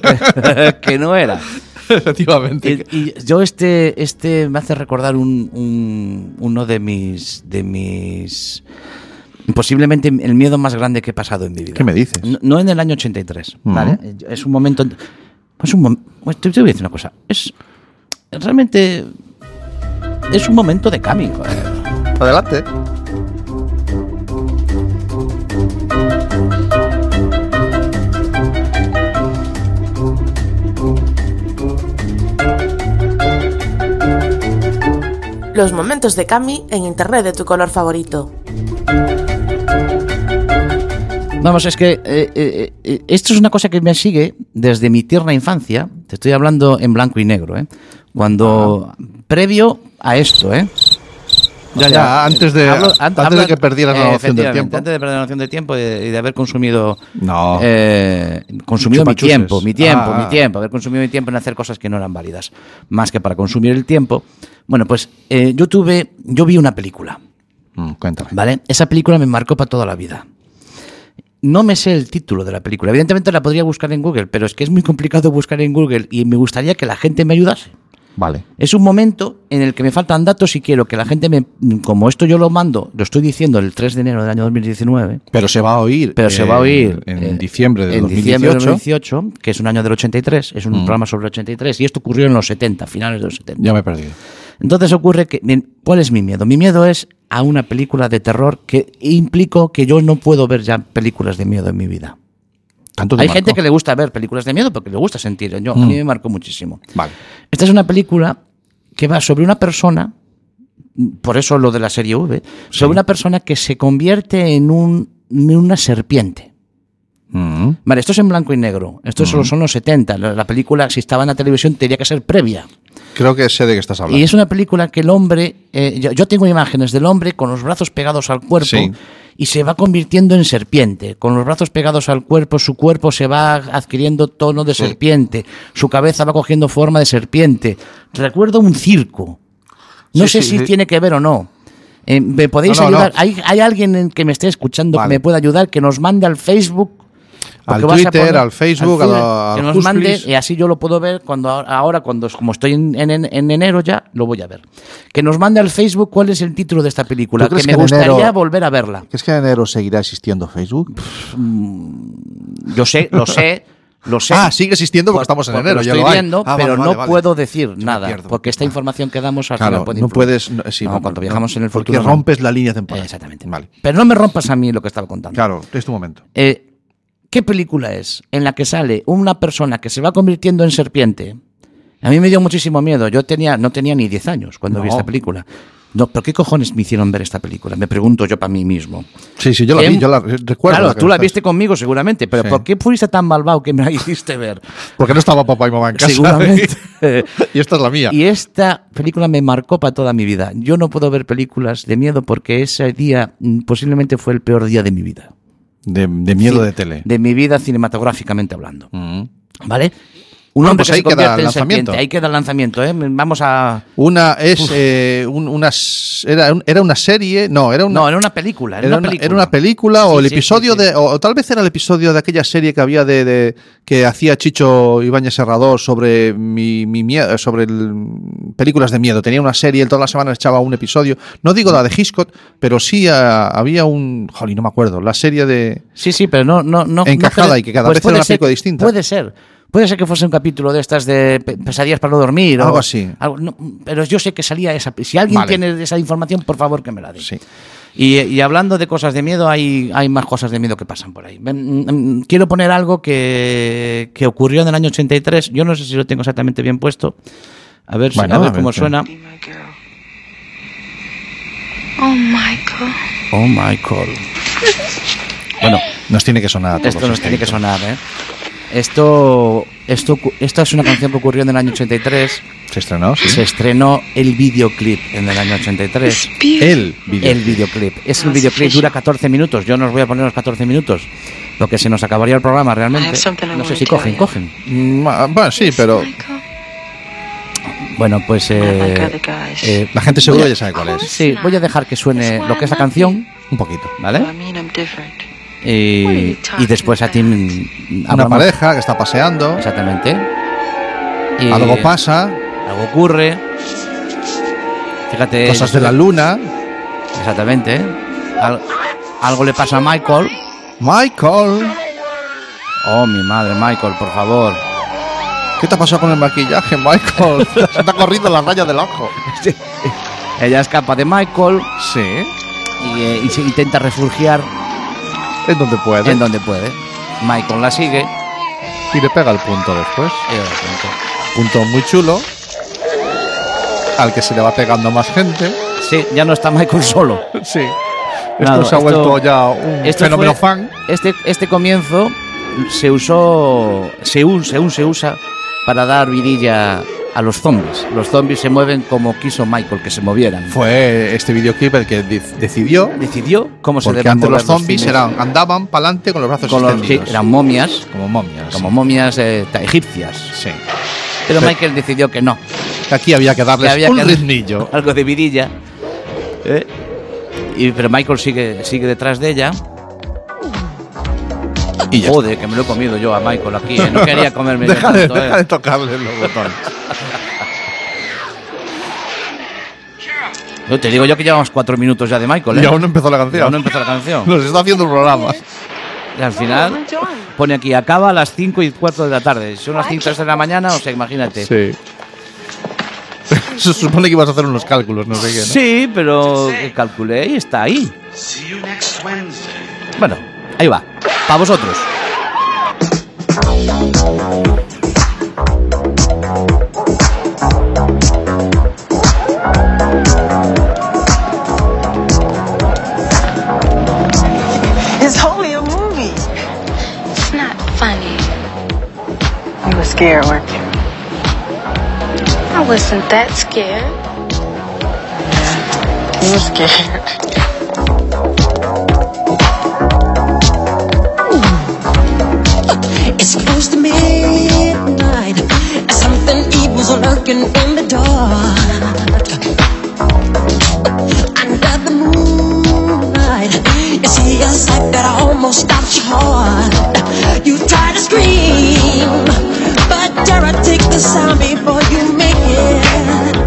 B: que [laughs] no era.
A: [laughs] Efectivamente.
B: Y, y yo este, este me hace recordar un, un- uno de mis, de mis... Posiblemente el miedo más grande que he pasado en mi vida.
A: ¿Qué me dices? Mm.
B: No, no en el año 83, ¿vale? Es un momento... Es un mom- pues te, te voy a decir una cosa. Es realmente... Es un momento de cambio. ¿eh?
A: Adelante.
H: Los momentos de Cami en Internet de tu color favorito.
B: Vamos, es que eh, eh, eh, esto es una cosa que me sigue desde mi tierna infancia. Te estoy hablando en blanco y negro, ¿eh? Cuando, previo a esto, ¿eh? O
A: Ah. Ya, ya, antes de- antes de que perdieras la noción del
B: efectivamente,
A: tiempo.
B: Antes de perder la noción del tiempo y de, y de haber consumido.
A: No.
B: eh, consumido mi
A: Chupachuses.
B: tiempo, mi tiempo,
A: Ah.
B: mi tiempo. Haber consumido mi tiempo en hacer cosas que no eran válidas. Más que para consumir el tiempo. Bueno, pues eh, yo tuve. Yo vi una película.
A: Mm, cuéntame.
B: ¿Vale? Esa película me marcó para toda la vida. No me sé el título de la película. Evidentemente la podría buscar en Google, pero es que es muy complicado buscar en Google y me gustaría que la gente me ayudase.
A: Vale.
B: Es un momento en el que me faltan datos y quiero que la gente me... Como esto yo lo mando, lo estoy diciendo el 3 de enero del año 2019,
A: Pero se va a oír.
B: pero se va a
A: en-
B: oír
A: En,
B: eh,
A: diciembre de
B: en
A: 2018.
B: diciembre de 2018, que es un año del 83, es un
A: Mm.
B: programa sobre el 83, y esto ocurrió en los 70, finales de los 70.
A: Ya me he perdido.
B: Entonces ocurre que. mi- ¿Cuál es mi miedo? Mi miedo es a una película de terror que implicó que yo no puedo ver ya películas de miedo en mi vida.
A: Tanto te
B: Hay
A: marcó.
B: gente que le gusta ver películas de miedo porque le gusta sentir. Yo, A
A: Mm.
B: mí me marcó muchísimo.
A: Vale.
B: Esta es una película que va sobre una persona, por eso lo de la serie V, sobre una persona que se convierte en, un, en una serpiente.
A: Mm.
B: Vale, esto es en blanco y negro. Esto solo son los 70. La, la película, si estaba en la televisión, tenía que ser previa.
A: Creo que sé de qué estás hablando.
B: Y es una película que el hombre, eh, yo, yo tengo imágenes del hombre con los brazos pegados al cuerpo
A: Sí.
B: y se va convirtiendo en serpiente. Con los brazos pegados al cuerpo, su cuerpo se va adquiriendo tono de
A: Sí.
B: serpiente, su cabeza va cogiendo forma de serpiente. Recuerdo un circo. No
A: Sí,
B: sé
A: sí,
B: si
A: sí.
B: tiene que ver o no. Eh, ¿Me podéis
A: No, no,
B: ayudar?
A: no.
B: ¿Hay, hay alguien en que me esté escuchando que me pueda ayudar? Que nos mande al Facebook.
A: Al
B: porque vas a
A: Twitter,
B: poner-
A: al Facebook,
B: al
A: a
B: Twitter,
A: la-
B: que
A: al
B: nos
A: Hustlis.
B: mande y así yo lo puedo ver cuando a- ahora cuando es- como estoy en, en- en enero ya lo voy a ver. Que nos mande al Facebook cuál es el título de esta película,
A: ¿Tú
B: que
A: crees
B: me
A: que en
B: gustaría
A: enero-
B: volver a verla.
A: ¿Es que en enero seguirá existiendo Facebook?
B: Yo sé, lo sé, lo
A: [laughs]
B: sé.
A: Ah, sigue existiendo porque estamos en
B: Porque
A: enero.
B: lo
A: ya
B: estoy
A: lo hay.
B: viendo,
A: Ah, vale,
B: pero
A: vale,
B: no
A: vale.
B: puedo decir nada, porque esta información que damos al
A: Claro,
B: final puede
A: no
B: influir.
A: puedes. no, sí,
B: No,
A: no,
B: cuando
A: no,
B: viajamos en el
A: Porque
B: futuro. no.
A: rompes la línea temporal.
B: Exactamente.
A: Vale.
B: Pero no me rompas a mí lo que estaba contando.
A: Claro, es tu momento.
B: Eh, ¿Qué película es en la que sale una persona que se va convirtiendo en serpiente? A mí me dio muchísimo miedo. Yo tenía, no tenía ni 10 años cuando vi
A: No.
B: esta película. No, ¿Pero qué cojones me hicieron ver esta película? Me pregunto yo para mí mismo.
A: Sí, sí, yo la
B: ¿Qué-
A: vi, yo la recuerdo.
B: Claro,
A: que
B: tú la
A: estás-
B: viste conmigo seguramente, pero
A: Sí.
B: ¿por qué fuiste tan malvado que me la [laughs] hiciste ver?
A: Porque no estaba papá y mamá en casa.
B: Seguramente.
A: [laughs] y esta es la mía.
B: Y esta película me marcó para toda mi vida. Yo no puedo ver películas de miedo porque ese día mm, posiblemente fue el peor día de mi vida.
A: De, de miedo
B: Sí,
A: de tele.
B: De mi vida cinematográficamente hablando.
A: Mm.
B: ¿Vale? Un
A: Ah,
B: hombre
A: pues
B: que se
A: ahí queda
B: convierte en
A: lanzamiento.
B: serpiente. Ahí queda el lanzamiento, ¿eh? Vamos a.
A: Una es eh, un- una s- era, un- era una serie, no, era una
B: No, era una película. Era,
A: era
B: una
A: una,
B: película.
A: era una película
B: Sí,
A: o el
B: sí,
A: episodio
B: sí, sí.
A: de o, o tal vez era el episodio de aquella serie que había de, de- que hacía Chicho Ibáñez Serrador sobre mi, mi miedo, sobre el- películas de miedo. Tenía una serie, él todas las semanas echaba un episodio. No digo la de Hitchcock, pero sí ah, había un, jolín, no me acuerdo, la serie de
B: Sí, sí, pero no. no, no
A: Encajada
B: no-
A: y que cada vez
B: puede
A: era una
B: ser-
A: película distinta.
B: Puede ser. Puede ser que fuese un capítulo de estas de pe- pesadillas para no dormir. o
A: Algo así.
B: algo- no, pero yo sé que salía esa. Si alguien
A: Vale.
B: tiene esa información, por favor que me la dé.
A: sí.
B: Y, y hablando de cosas de miedo, hay, hay más cosas de miedo que pasan por ahí. Ven, mm, mm, Quiero poner algo que, que ocurrió en el año 83. Yo no sé si lo tengo exactamente bien puesto. A ver, si-
A: Bueno,
B: a ver
A: a ver,
B: cómo
A: sí.
B: suena.
M: Oh, Michael.
B: Oh, Michael. Bueno,
A: Nos tiene que sonar a todos.
B: esto nos tiene que sonar, ¿eh? Esto, esto, ocu- esta es una canción que ocurrió en el año 83.
A: Se estrenó, sí.
B: Se estrenó el videoclip en el año 83.
A: El videoclip.
B: El videoclip. Es el videoclip, dura 14 minutos. Yo no os voy a poner los 14 minutos, porque se nos acabaría el programa realmente. No sé si cogen, cogen.
A: Mm, ah, Bueno, sí, pero
B: Bueno, pues... eh, eh,
A: la gente seguro
B: voy a-
A: ya sabe cuál es.
B: Sí, voy a dejar que suene lo que es la canción,
A: Un poquito.
B: ¿vale? Y, y después a ti... mm,
A: Una
B: hablamos-
A: pareja que está paseando,
B: Exactamente. Y
A: algo pasa,
B: Algo ocurre. Fíjate...
A: cosas
B: yo
A: de la
B: sé-
A: luna.
B: Exactamente. Al- algo le pasa a Michael.
A: Michael,
B: Oh, mi madre, Michael, por favor.
A: ¿qué te ha pasado con el maquillaje,
B: [laughs]
A: Michael? Se te ha corrido la raya del ojo.
B: Ella escapa de Michael
A: Sí,
B: y, eh, y se intenta refugiar
A: es donde puede.
B: en donde puede. Michael la sigue.
A: Y le pega el punto después.
B: y de repente-
A: Punto muy chulo, al que se le va pegando más gente.
B: Sí, ya no está Michael solo.
A: Sí, esto
B: Claro,
A: se ha
B: esto-
A: vuelto ya un
B: esto
A: fenómeno
B: fue-
A: fan.
B: Este, este comienzo se usó, se, un- se un- se usa para dar vidilla a los zombies. Los zombies se mueven como quiso Michael que se movieran.
A: Fue este videoclip el que de- decidió,
B: Decidió cómo se
A: porque
B: deben
A: antes
B: mover
A: los zombies
B: zombies.
A: eran, andaban para adelante con los brazos
B: Con los- sí,
A: extendidos.
B: eran momias,
A: como momias.
B: como momias eh, ta- egipcias.
A: Sí.
B: Pero
A: Pe-
B: Michael decidió que no,
A: Aquí había que darles
B: Que había
A: un
B: que dar-
A: ritmillo.
B: [laughs] algo de vidilla. ¿eh? Y, pero Michael sigue, sigue detrás de ella.
A: Y ya
B: Joder, que me lo he comido yo a Michael
A: [laughs]
B: aquí. ¿eh? No quería comerme yo
A: deja, de,
B: tanto, ¿eh?
A: deja de tocarle los
B: [laughs]
A: botones.
B: No, te digo yo que llevamos cuatro minutos ya de Michael. ¿eh?
A: Y aún no empezó la
B: Y
A: canción.
B: aún no empezó la canción.
A: Nos está haciendo un programa.
B: Y al final pone aquí, acaba a las cinco y cuarto de la tarde. Son las 5 de la mañana, o sea, imagínate.
A: Sí. [laughs] Se supone que ibas a hacer unos cálculos, no sé qué. ¿no?
B: Sí, pero que calculé y está ahí. Bueno, ahí va. Para vosotros.
N: It's only a movie.
M: It's not funny.
N: You were scared, weren't you?
M: I wasn't that scared.
N: You were scared.
O: It's close to midnight. Something evil's lurking in the dark. Under the moonlight, you see a sight that almost stops your heart. You try to scream, but dare I take the sound before you make it?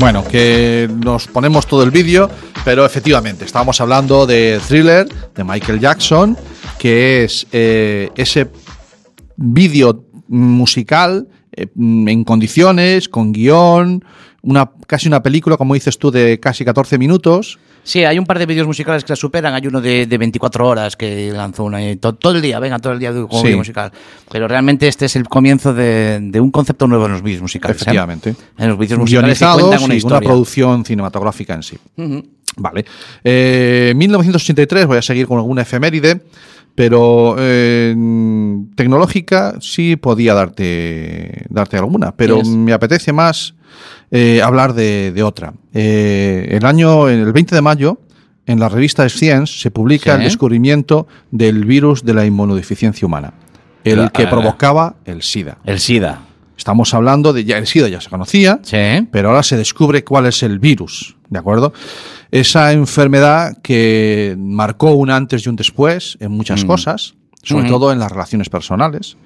A: Bueno, que nos ponemos todo el vídeo, pero efectivamente, estábamos hablando de Thriller, de Michael Jackson, que es eh, ese vídeo musical eh, en condiciones, con guión, una, casi una película, como dices tú, de casi 14 minutos.
B: Sí, hay un par de vídeos musicales que la superan. Hay uno de, de 24 horas que lanzó una, eh, to- todo el día, venga, todo el día de- como
A: Sí.
B: vídeo musical. Pero realmente este es el comienzo de, de un concepto nuevo en los vídeos musicales. ¿eh?
A: Efectivamente.
B: En los vídeos musicales que
A: Guionizados
B: cuentan una
A: y
B: historia.
A: producción cinematográfica en sí.
B: Ujú.
A: Vale. Eh, 1983, voy a seguir con alguna efeméride, pero eh, tecnológica sí podía darte, darte alguna, pero
B: ¿Tienes?
A: me apetece más eh, hablar de, de otra. Eh, el año, el 20 de mayo, en la revista Science se publica
B: Sí.
A: el descubrimiento del virus de la inmunodeficiencia humana, el que
B: Ah.
A: provocaba el SIDA.
B: El SIDA.
A: Estamos hablando de ya el SIDA ya se conocía, pero ahora se descubre cuál es el virus, ¿de acuerdo? Esa enfermedad que marcó un antes y un después en muchas
B: Mm.
A: cosas, sobre
B: Ujú.
A: todo en las relaciones personales.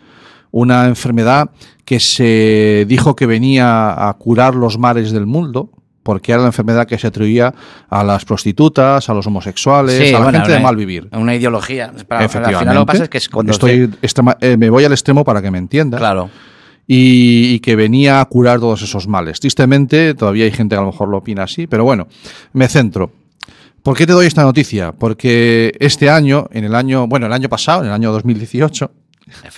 A: Una enfermedad que se dijo que venía a curar los mares del mundo, porque era la enfermedad que se atribuía a las prostitutas, a los homosexuales,
B: Sí,
A: a la
B: bueno,
A: gente de
B: una-
A: mal vivir.
B: Una ideología. Para- al
A: Efectivamente.
B: final lo que pasa es que es cuando
A: Estoy extrema- eh, me voy al extremo para que me entiendas.
B: Claro.
A: Y, y que venía a curar todos esos males. Tristemente, todavía hay gente que a lo mejor lo opina así, pero bueno, me centro. ¿Por qué te doy esta noticia? Porque este año, en el año, bueno, el año pasado, en el año 2018,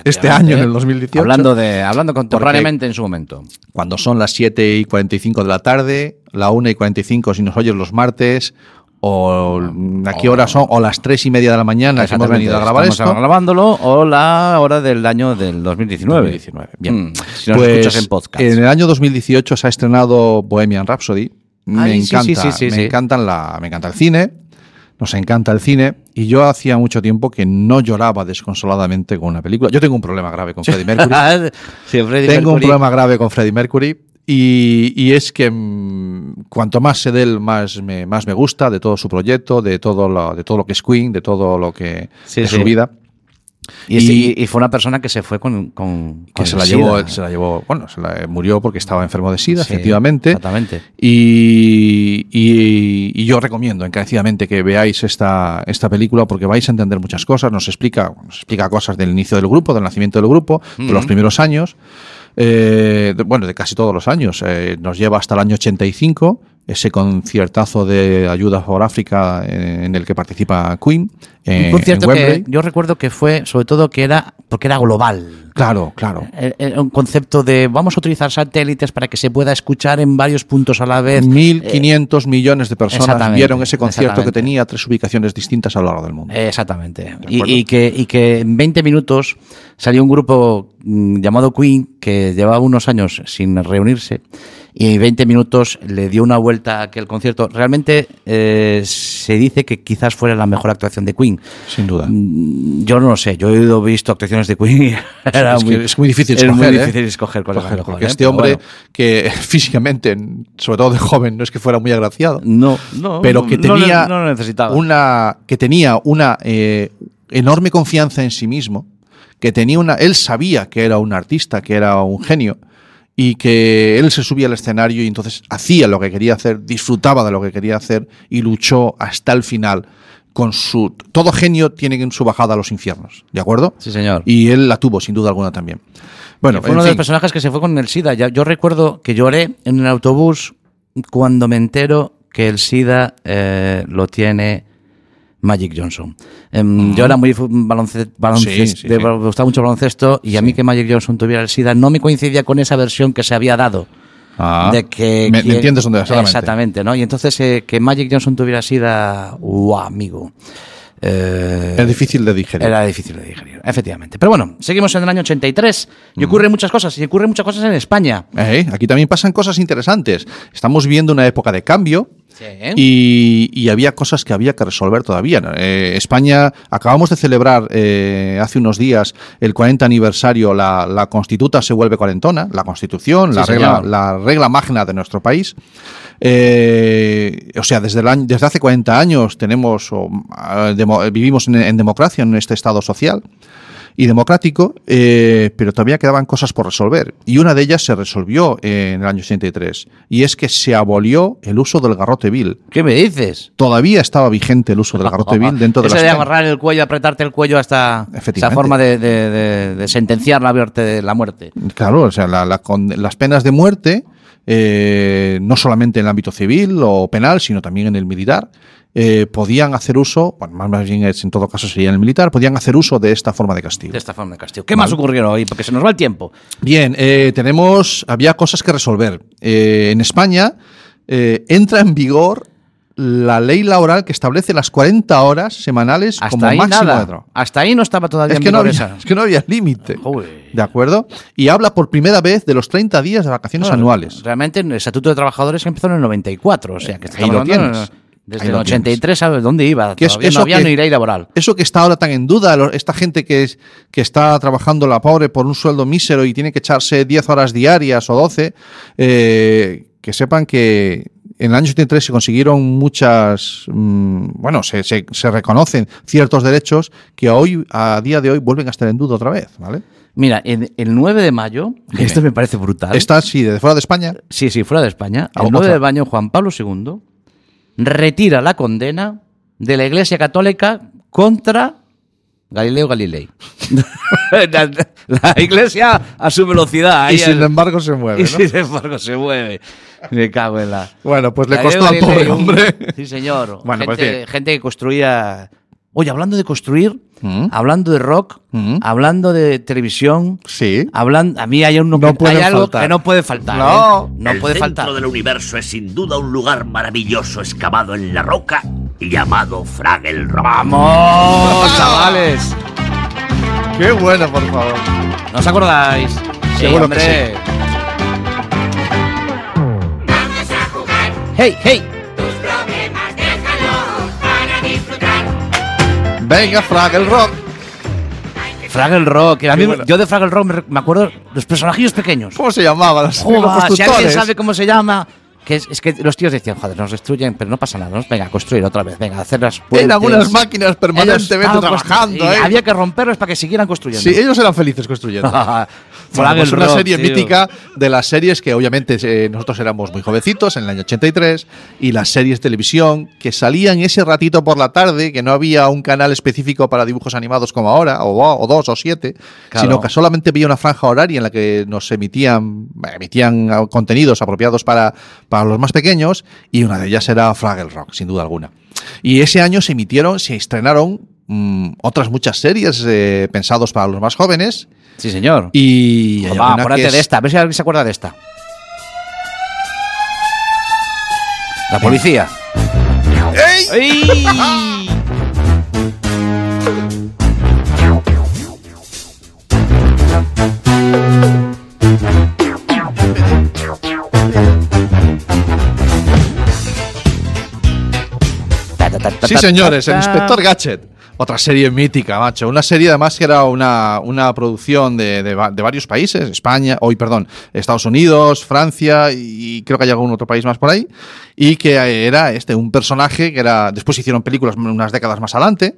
A: este año, en el 2018,
B: Hablando, de, hablando
A: Porque-
B: contemporáneamente en su momento.
A: cuando son las 7 y 45 de la tarde, la 1 y 45 si nos oyes los martes, o mm, a qué hora son, o las 3 y media de la mañana que hemos
B: Ah, Exactamente,
A: venido a grabar
B: estamos
A: esto.
B: grabándolo o la hora del año del 2019.
A: 2019, bien.
B: Mm, si nos
A: Pues,
B: escuchas en podcast.
A: En el año 2018 se ha estrenado Bohemian Rhapsody, Me
B: Ay, sí,
A: encanta,
B: sí, sí, sí,
A: me
B: sí.
A: encantan la, me encanta el cine, nos encanta el cine y yo hacía mucho tiempo que no lloraba desconsoladamente con una película. Yo tengo un problema grave con Freddie
B: [laughs]
A: Mercury.
B: Sí, Ah, Freddie
A: Tengo un
B: Mercury.
A: problema grave con Freddie Mercury y, y es que mm, cuanto más sé de él, más me, más me gusta de todo su proyecto, de todo lo, de todo lo que es Queen, de todo lo que
B: Sí,
A: de
B: sí.
A: su vida.
B: Y, es- y- y fue una persona que se fue con. con-
A: que
B: con
A: se
B: el
A: la llevó,
B: SIDA.
A: se la llevó, bueno, se la eh, murió porque estaba enfermo de SIDA,
B: Sí,
A: efectivamente.
B: Exactamente.
A: Y, y- y yo recomiendo encarecidamente que veáis esta, esta película porque vais a entender muchas cosas. Nos explica, nos explica cosas del inicio del grupo, del nacimiento del grupo, de los
B: Ujú.
A: primeros años, eh, de- bueno, de casi todos los años. Eh, nos lleva hasta el año 85, ese conciertazo de ayuda por África eh, en el que participa Queen. eh,
B: Un concierto
A: en
B: que
A: Wembley.
B: yo recuerdo que fue, sobre todo, que era porque era global.
A: Claro, claro.
B: Eh, Era un concepto de vamos a utilizar satélites para que se pueda escuchar en varios puntos a la vez. Eh,
A: 1.500 millones de personas
B: exactamente,
A: vieron ese concierto que
B: exactamente.
A: tenía tres ubicaciones distintas a lo largo del mundo.
B: Eh, Exactamente. Y, y que, y que en 20 minutos salió un grupo mm, llamado Queen que llevaba unos años sin reunirse y en 20 minutos le dio una vuelta a aquel concierto. Realmente eh, se dice que quizás fuera la mejor actuación de Queen.
A: Sin duda.
B: mm, Yo no lo sé, yo he ido- visto actuaciones de Queen. [laughs] y era
A: es, que es muy difícil
B: es
A: escoger.
B: muy
A: ¿eh?
B: difícil escoger cuál es la
A: Escoger,
B: mejor,
A: Porque
B: ¿eh?
A: este
B: Pero
A: hombre,
B: bueno.
A: que [laughs] físicamente, en- sobre todo de joven, no es que fuera muy agraciado.
B: No, no,
A: Pero que
B: no le-
A: tenía,
B: no lo necesitaba.
A: Una, que tenía una eh, enorme confianza en sí mismo. Que tenía una. Él sabía que era un artista, que era un genio. Y que él se subía al escenario y entonces hacía lo que quería hacer, disfrutaba de lo que quería hacer y luchó hasta el final. Con su. Todo genio tiene en su bajada a los infiernos, ¿de acuerdo?
B: Sí, señor.
A: Y él la tuvo, sin duda alguna, también. Bueno,
B: Que fue
A: en
B: uno de los
A: fin.
B: personajes que se fue con el SIDA. Ya- Yo recuerdo que lloré en el autobús cuando me entero que el SIDA eh, lo tiene Magic Johnson. Em, Yo era muy fu- balonce- baloncesto,
A: Sí, sí,
B: de-
A: sí.
B: me gustaba mucho el baloncesto y a mí que Magic Johnson tuviera el SIDA no me coincidía con esa versión que se había dado.
A: Ah,
B: de que,
A: me- me
B: que-
A: entiendes dónde vas, exactamente.
B: exactamente, ¿no? Y entonces eh, que Magic Johnson tuviera SIDA, ¡guau, amigo! Eh,
A: Es difícil de digerir.
B: Era difícil de digerir, efectivamente. Pero bueno, seguimos en el año 83 y ocurren muchas cosas, y ocurren muchas cosas en España.
A: Eh, Aquí también pasan cosas interesantes. Estamos viviendo una época de cambio
B: Sí.
A: y, y había cosas que había que resolver todavía. Eh, España, acabamos de celebrar eh, hace unos días el 40 aniversario, la, la constituta se vuelve cuarentona, la constitución,
B: Sí,
A: la, regla,
B: señor.
A: la regla magna de nuestro país. Eh, o sea, desde, el año- desde hace 40 años tenemos, o, ah, demo- vivimos en- en democracia, en este estado social y democrático, eh, pero todavía quedaban cosas por resolver. Y una de ellas se resolvió eh, en el año 83, y es que se abolió el uso del garrote vil.
B: ¿Qué me dices?
A: Todavía estaba vigente el uso del garrote vil dentro de
B: Ese
A: las
B: de
A: penas.
B: agarrar el cuello, apretarte el cuello hasta esa
A: Efectivamente.
B: forma de, de- de- de sentenciar la, muerte- la muerte.
A: Claro, o sea, la- la con- las penas de muerte, eh, no solamente en el ámbito civil o penal, sino también en el militar, eh, podían hacer uso, bueno, más, más bien es- en todo caso sería en el militar, podían hacer uso de esta forma de castigo.
B: De esta forma de castigo. ¿Qué más ocurrió hoy? Porque se nos va el tiempo.
A: Bien, eh, tenemos. Había cosas que resolver. Eh, en España eh, entra en vigor la ley laboral que establece las 40 horas semanales
B: Hasta
A: como
B: ahí
A: máximo
B: nada.
A: de trabajo.
B: Hasta ahí no estaba todavía
A: Es
B: en
A: que, no
B: vigor
A: había,
B: esa.
A: es que no había límite. ¿De acuerdo? Y habla por primera vez de los 30 días de vacaciones
B: No,
A: anuales.
B: Realmente el Estatuto de Trabajadores empezó en el 94, o sea que
A: Ahí
B: estamos
A: lo
B: hablando
A: tienes.
B: Desde
A: Ahí
B: el
A: lo tienes.
B: 83, ¿sabes dónde iba?
A: Que es
B: Todavía
A: eso
B: no había
A: que-
B: ni ley laboral.
A: Eso que está ahora tan en duda, lo- esta gente que, es, que está trabajando la pobre por un sueldo mísero y tiene que echarse 10 horas diarias o 12, eh, que sepan que en el año 73 se consiguieron muchas, mm, bueno, se, se- se reconocen ciertos derechos que hoy, a día de hoy vuelven a estar en duda otra vez, ¿vale?
B: Mira, en- el 9 de mayo, esto me parece brutal.
A: Está así, de fuera de España.
B: Sí, sí, fuera de España.
A: Ah,
B: El 9 de
A: otra.
B: mayo, Juan Pablo II retira la condena de la Iglesia Católica contra Galileo Galilei. [laughs] la, la Iglesia a su velocidad. ahí
A: y sin
B: el-
A: embargo se mueve.
B: [laughs] y
A: ¿no?
B: sin embargo se mueve. Me cago en la.
A: Bueno, pues le
B: Galileo
A: costó al pobre
B: Galilei,
A: hombre.
B: Sí, señor.
A: Bueno, pues
B: gente,
A: bien.
B: gente que construía. Oye, hablando de construir, hablando de rock, hablando de televisión,
A: sí.
B: hablando, a mí hay, un,
A: No
B: hay
A: pueden
B: algo
A: faltar.
B: que no puede faltar. ¿eh? No
P: el
B: puede
P: centro
B: faltar.
P: del universo es sin duda un lugar maravilloso excavado en la roca llamado Fraggle Rock.
A: Ah.
B: ¡Vamos, Oh, chavales!
A: ¡Qué bueno, por favor!
B: ¿No os acordáis?
A: Seguro que
B: hombre.
A: sí.
O: Vamos a jugar
B: hey, hey.
A: Venga, Fraggle Rock.
B: Fraggle Rock. que A mí, yo de Fraggle Rock me, re- me acuerdo los personajillos pequeños.
A: ¿Cómo se llamaban? Los
B: Joder, si alguien
A: constructores.
B: sabe cómo se llama. Que es, es que los tíos decían, joder, nos destruyen, pero no pasa nada. ¿no? Venga, construir otra vez. Venga, hacer las puentes.
A: Eran unas máquinas
B: Ellos
A: permanentemente
B: estaban
A: trabajando,
B: constru- y
A: ¿eh?
B: Había que romperlos para que siguieran construyendo.
A: Sí, ellos eran felices construyendo. Bueno,
B: [laughs] Fraggle
A: pues una
B: Rock,
A: serie
B: tío.
A: mítica de las series que obviamente eh, nosotros éramos muy jovencitos en el año 83 y las series de televisión que salían ese ratito por la tarde, que no había un canal específico para dibujos animados como ahora, o, o dos o siete,
B: Claro.
A: sino que solamente había una franja horaria en la que nos emitían, emitían ah, contenidos apropiados para, para los más pequeños y una de ellas era Fraggle Rock, sin duda alguna. Y ese año se emitieron, se estrenaron mm, otras muchas series eh, pensados para los más jóvenes.
B: Sí, señor.
A: Y hay
B: Pues Va,
A: alguna
B: acuérdate
A: que es-
B: de esta, a ver si alguien se acuerda de esta. La policía. ¡Ey!
A: Sí, señores, el Inspector Gadget. Otra serie mítica, macho. Una serie además que era una, una producción de, de va- de varios países, España, hoy, perdón, Estados Unidos, Francia y creo que hay algún otro país más por ahí. Y que era este, un personaje que era, después hicieron películas unas décadas más adelante,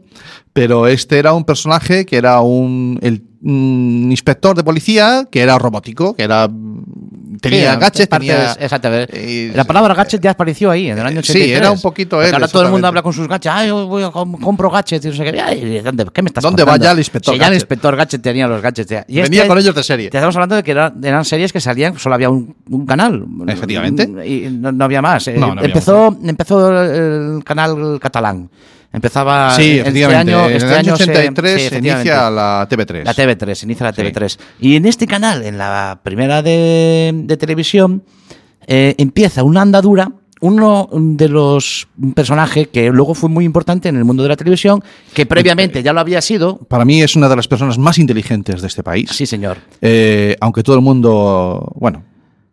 A: pero este era un personaje que era un, el, un inspector de policía que era robótico, que era... mm, Tenía
B: Sí,
A: gadgets,
B: parte
A: tenía...
B: de- exacto, a ver, la palabra gadget ya apareció ahí, en el año
A: sí,
B: 83.
A: era un poquito
B: Porque
A: él,
B: Ahora todo el
A: exactamente.
B: mundo habla con sus gadgets. Ay, yo voy a com- compro gadgets. Y no sé qué. Ay, ¿dónde- ¿Qué me estás
A: ¿Dónde va
B: contando?
A: ya el inspector
B: Si ya el
A: gadget?
B: inspector gadget tenía los gadgets. ya. Y este,
A: Venía con ellos de serie.
B: Te estamos hablando de que era- eran, series que salían, solo había un, un canal.
A: Efectivamente.
B: Y no, no había más. Eh,
A: No, no había
B: empezó, empezó el canal catalán. Empezaba
A: Sí,
B: este
A: efectivamente.
B: año-
A: en
B: este
A: el año
B: año se-
A: 83
B: sí,
A: se
B: efectivamente.
A: inicia la TV3.
B: La TV3, inicia la TV3. Y en este canal, en la primera de, de televisión, eh, empieza una andadura. Uno de los personajes que luego fue muy importante en el mundo de la televisión, que previamente ya lo había sido.
A: Para mí es una de las personas más inteligentes de este país.
B: Sí, señor.
A: Eh, aunque todo el mundo. Bueno,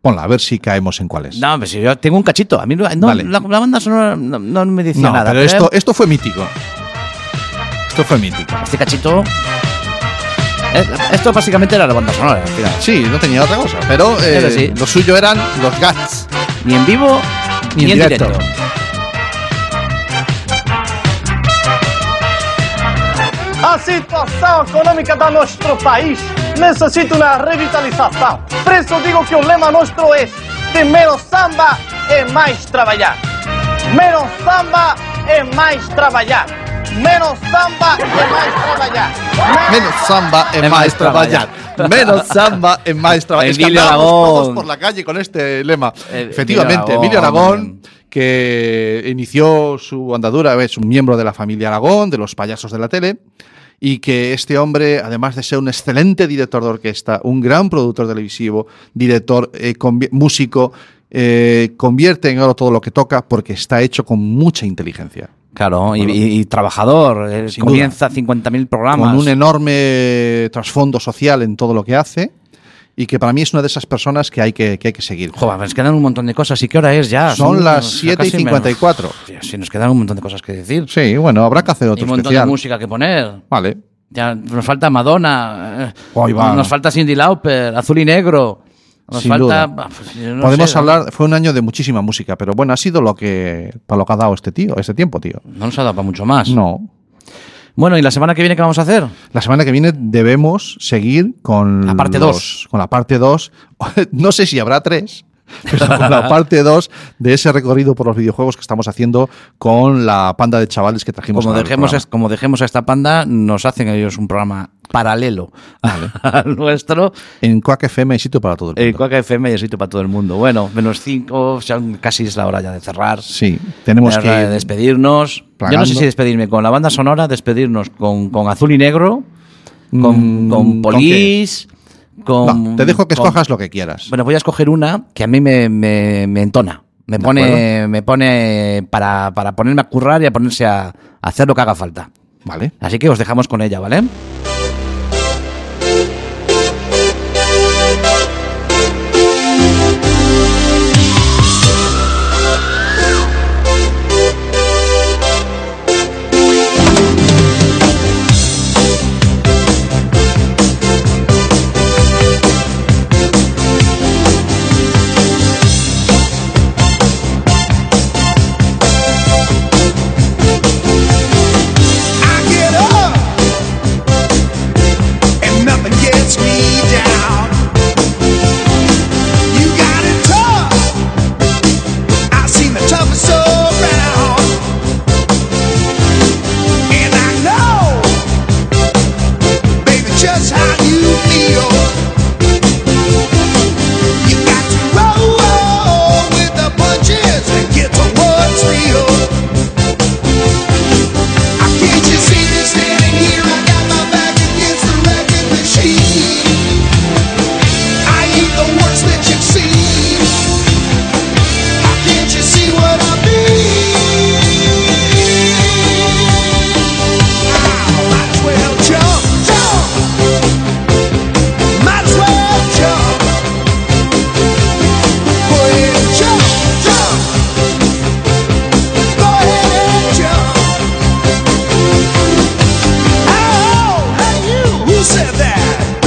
A: ponla, a ver si caemos en cuál es.
B: No, pero si yo tengo un cachito. A mí no- no,
A: Vale.
B: la, la banda sonora no, no me decía
A: No,
B: nada. ¿eh?
A: pero esto, esto fue mítico. Esto fue mítico.
B: Este cachito. eh, Esto básicamente era la banda sonora. al final.
A: Sí, no tenía otra cosa. Pero, eh,
B: Pero sí.
A: lo suyo eran los gats.
B: Ni en vivo, ni, en directo.
Q: A situação econômica da nosso país necessita uma revitalização. Por isso digo que o lema nosso é de menos samba é mais trabalhar. Menos samba é mais trabalhar. Menos samba é mais trabalhar.
A: Menos samba en
B: Es más
A: más trabajar.
B: trabajar.
A: Menos samba en más trabajar. Es que
B: Emilio
A: andábamos
B: Aragón. Eh,
A: todos por la calle con este lema.
B: Emilio
A: Efectivamente,
B: Aragón.
A: Emilio Aragón, que inició su andadura, es un miembro de la familia Aragón, de los payasos de la tele. Y que este hombre, además de ser un excelente director de orquesta, un gran productor televisivo, director, eh, convi- músico, eh, convierte en oro todo lo que toca porque está hecho con mucha inteligencia.
B: Claro, y, y- y trabajador. eh,
A: Sin
B: comienza 50.000 programas.
A: Con un enorme trasfondo social en todo lo que hace y que para mí es una de esas personas que hay que, que hay que seguir.
B: Joder, nos quedan un montón de cosas. ¿Y qué hora es ya?
A: Son las
B: o sea,
A: 7 y
B: casi menos.
A: 54.
B: Hostia, sí, nos quedan un montón de cosas que decir.
A: Sí, bueno, habrá que hacer
B: Y
A: otro
B: un montón de
A: especial.
B: música que poner.
A: Vale.
B: Ya nos falta Madonna. eh,
A: Guay, va.
B: Nos falta Cindy Lauper, Azul y Negro. Nos
A: Sin
B: falta.
A: duda.
B: bah, pues, yo no
A: Podemos
B: sé,
A: hablar, fue un año de muchísima música, pero bueno, ha sido lo que para lo que ha dado este tío, este tiempo, tío.
B: No nos ha dado para mucho más.
A: No.
B: Bueno, ¿y la semana que viene qué vamos a hacer?
A: La semana que viene debemos seguir con
B: La parte
A: los-
B: dos.
A: Con la parte 2. [laughs] No sé si habrá tres. Pero con
B: [laughs]
A: la parte 2 de ese recorrido por los videojuegos que estamos haciendo con la panda de chavales que trajimos.
B: Como
A: al
B: dejemos,
A: programa.
B: es- como dejemos a esta panda, nos hacen ellos un programa paralelo [laughs] al nuestro.
A: En Quack FM hay sitio para todo el mundo.
B: El Cuaca FM y el sitio para todo el mundo. Bueno, menos cinco, ya casi es la hora ya de cerrar.
A: Sí, tenemos
B: Es hora de
A: que.
B: despedirnos. Yo no sé
A: plagando.
B: si despedirme con la banda sonora, despedirnos con, con Azul y Negro,
A: Mm,
B: con, con Polis, con.
A: No, te dejo que
B: con-
A: escojas lo que quieras.
B: Bueno, voy a escoger una que a mí me, me- me entona. Me
A: De
B: pone,
A: acuerdo.
B: me pone para, para ponerme a currar y a ponerse a, a hacer lo que haga falta.
A: Vale.
B: Así que os dejamos con ella, ¿vale?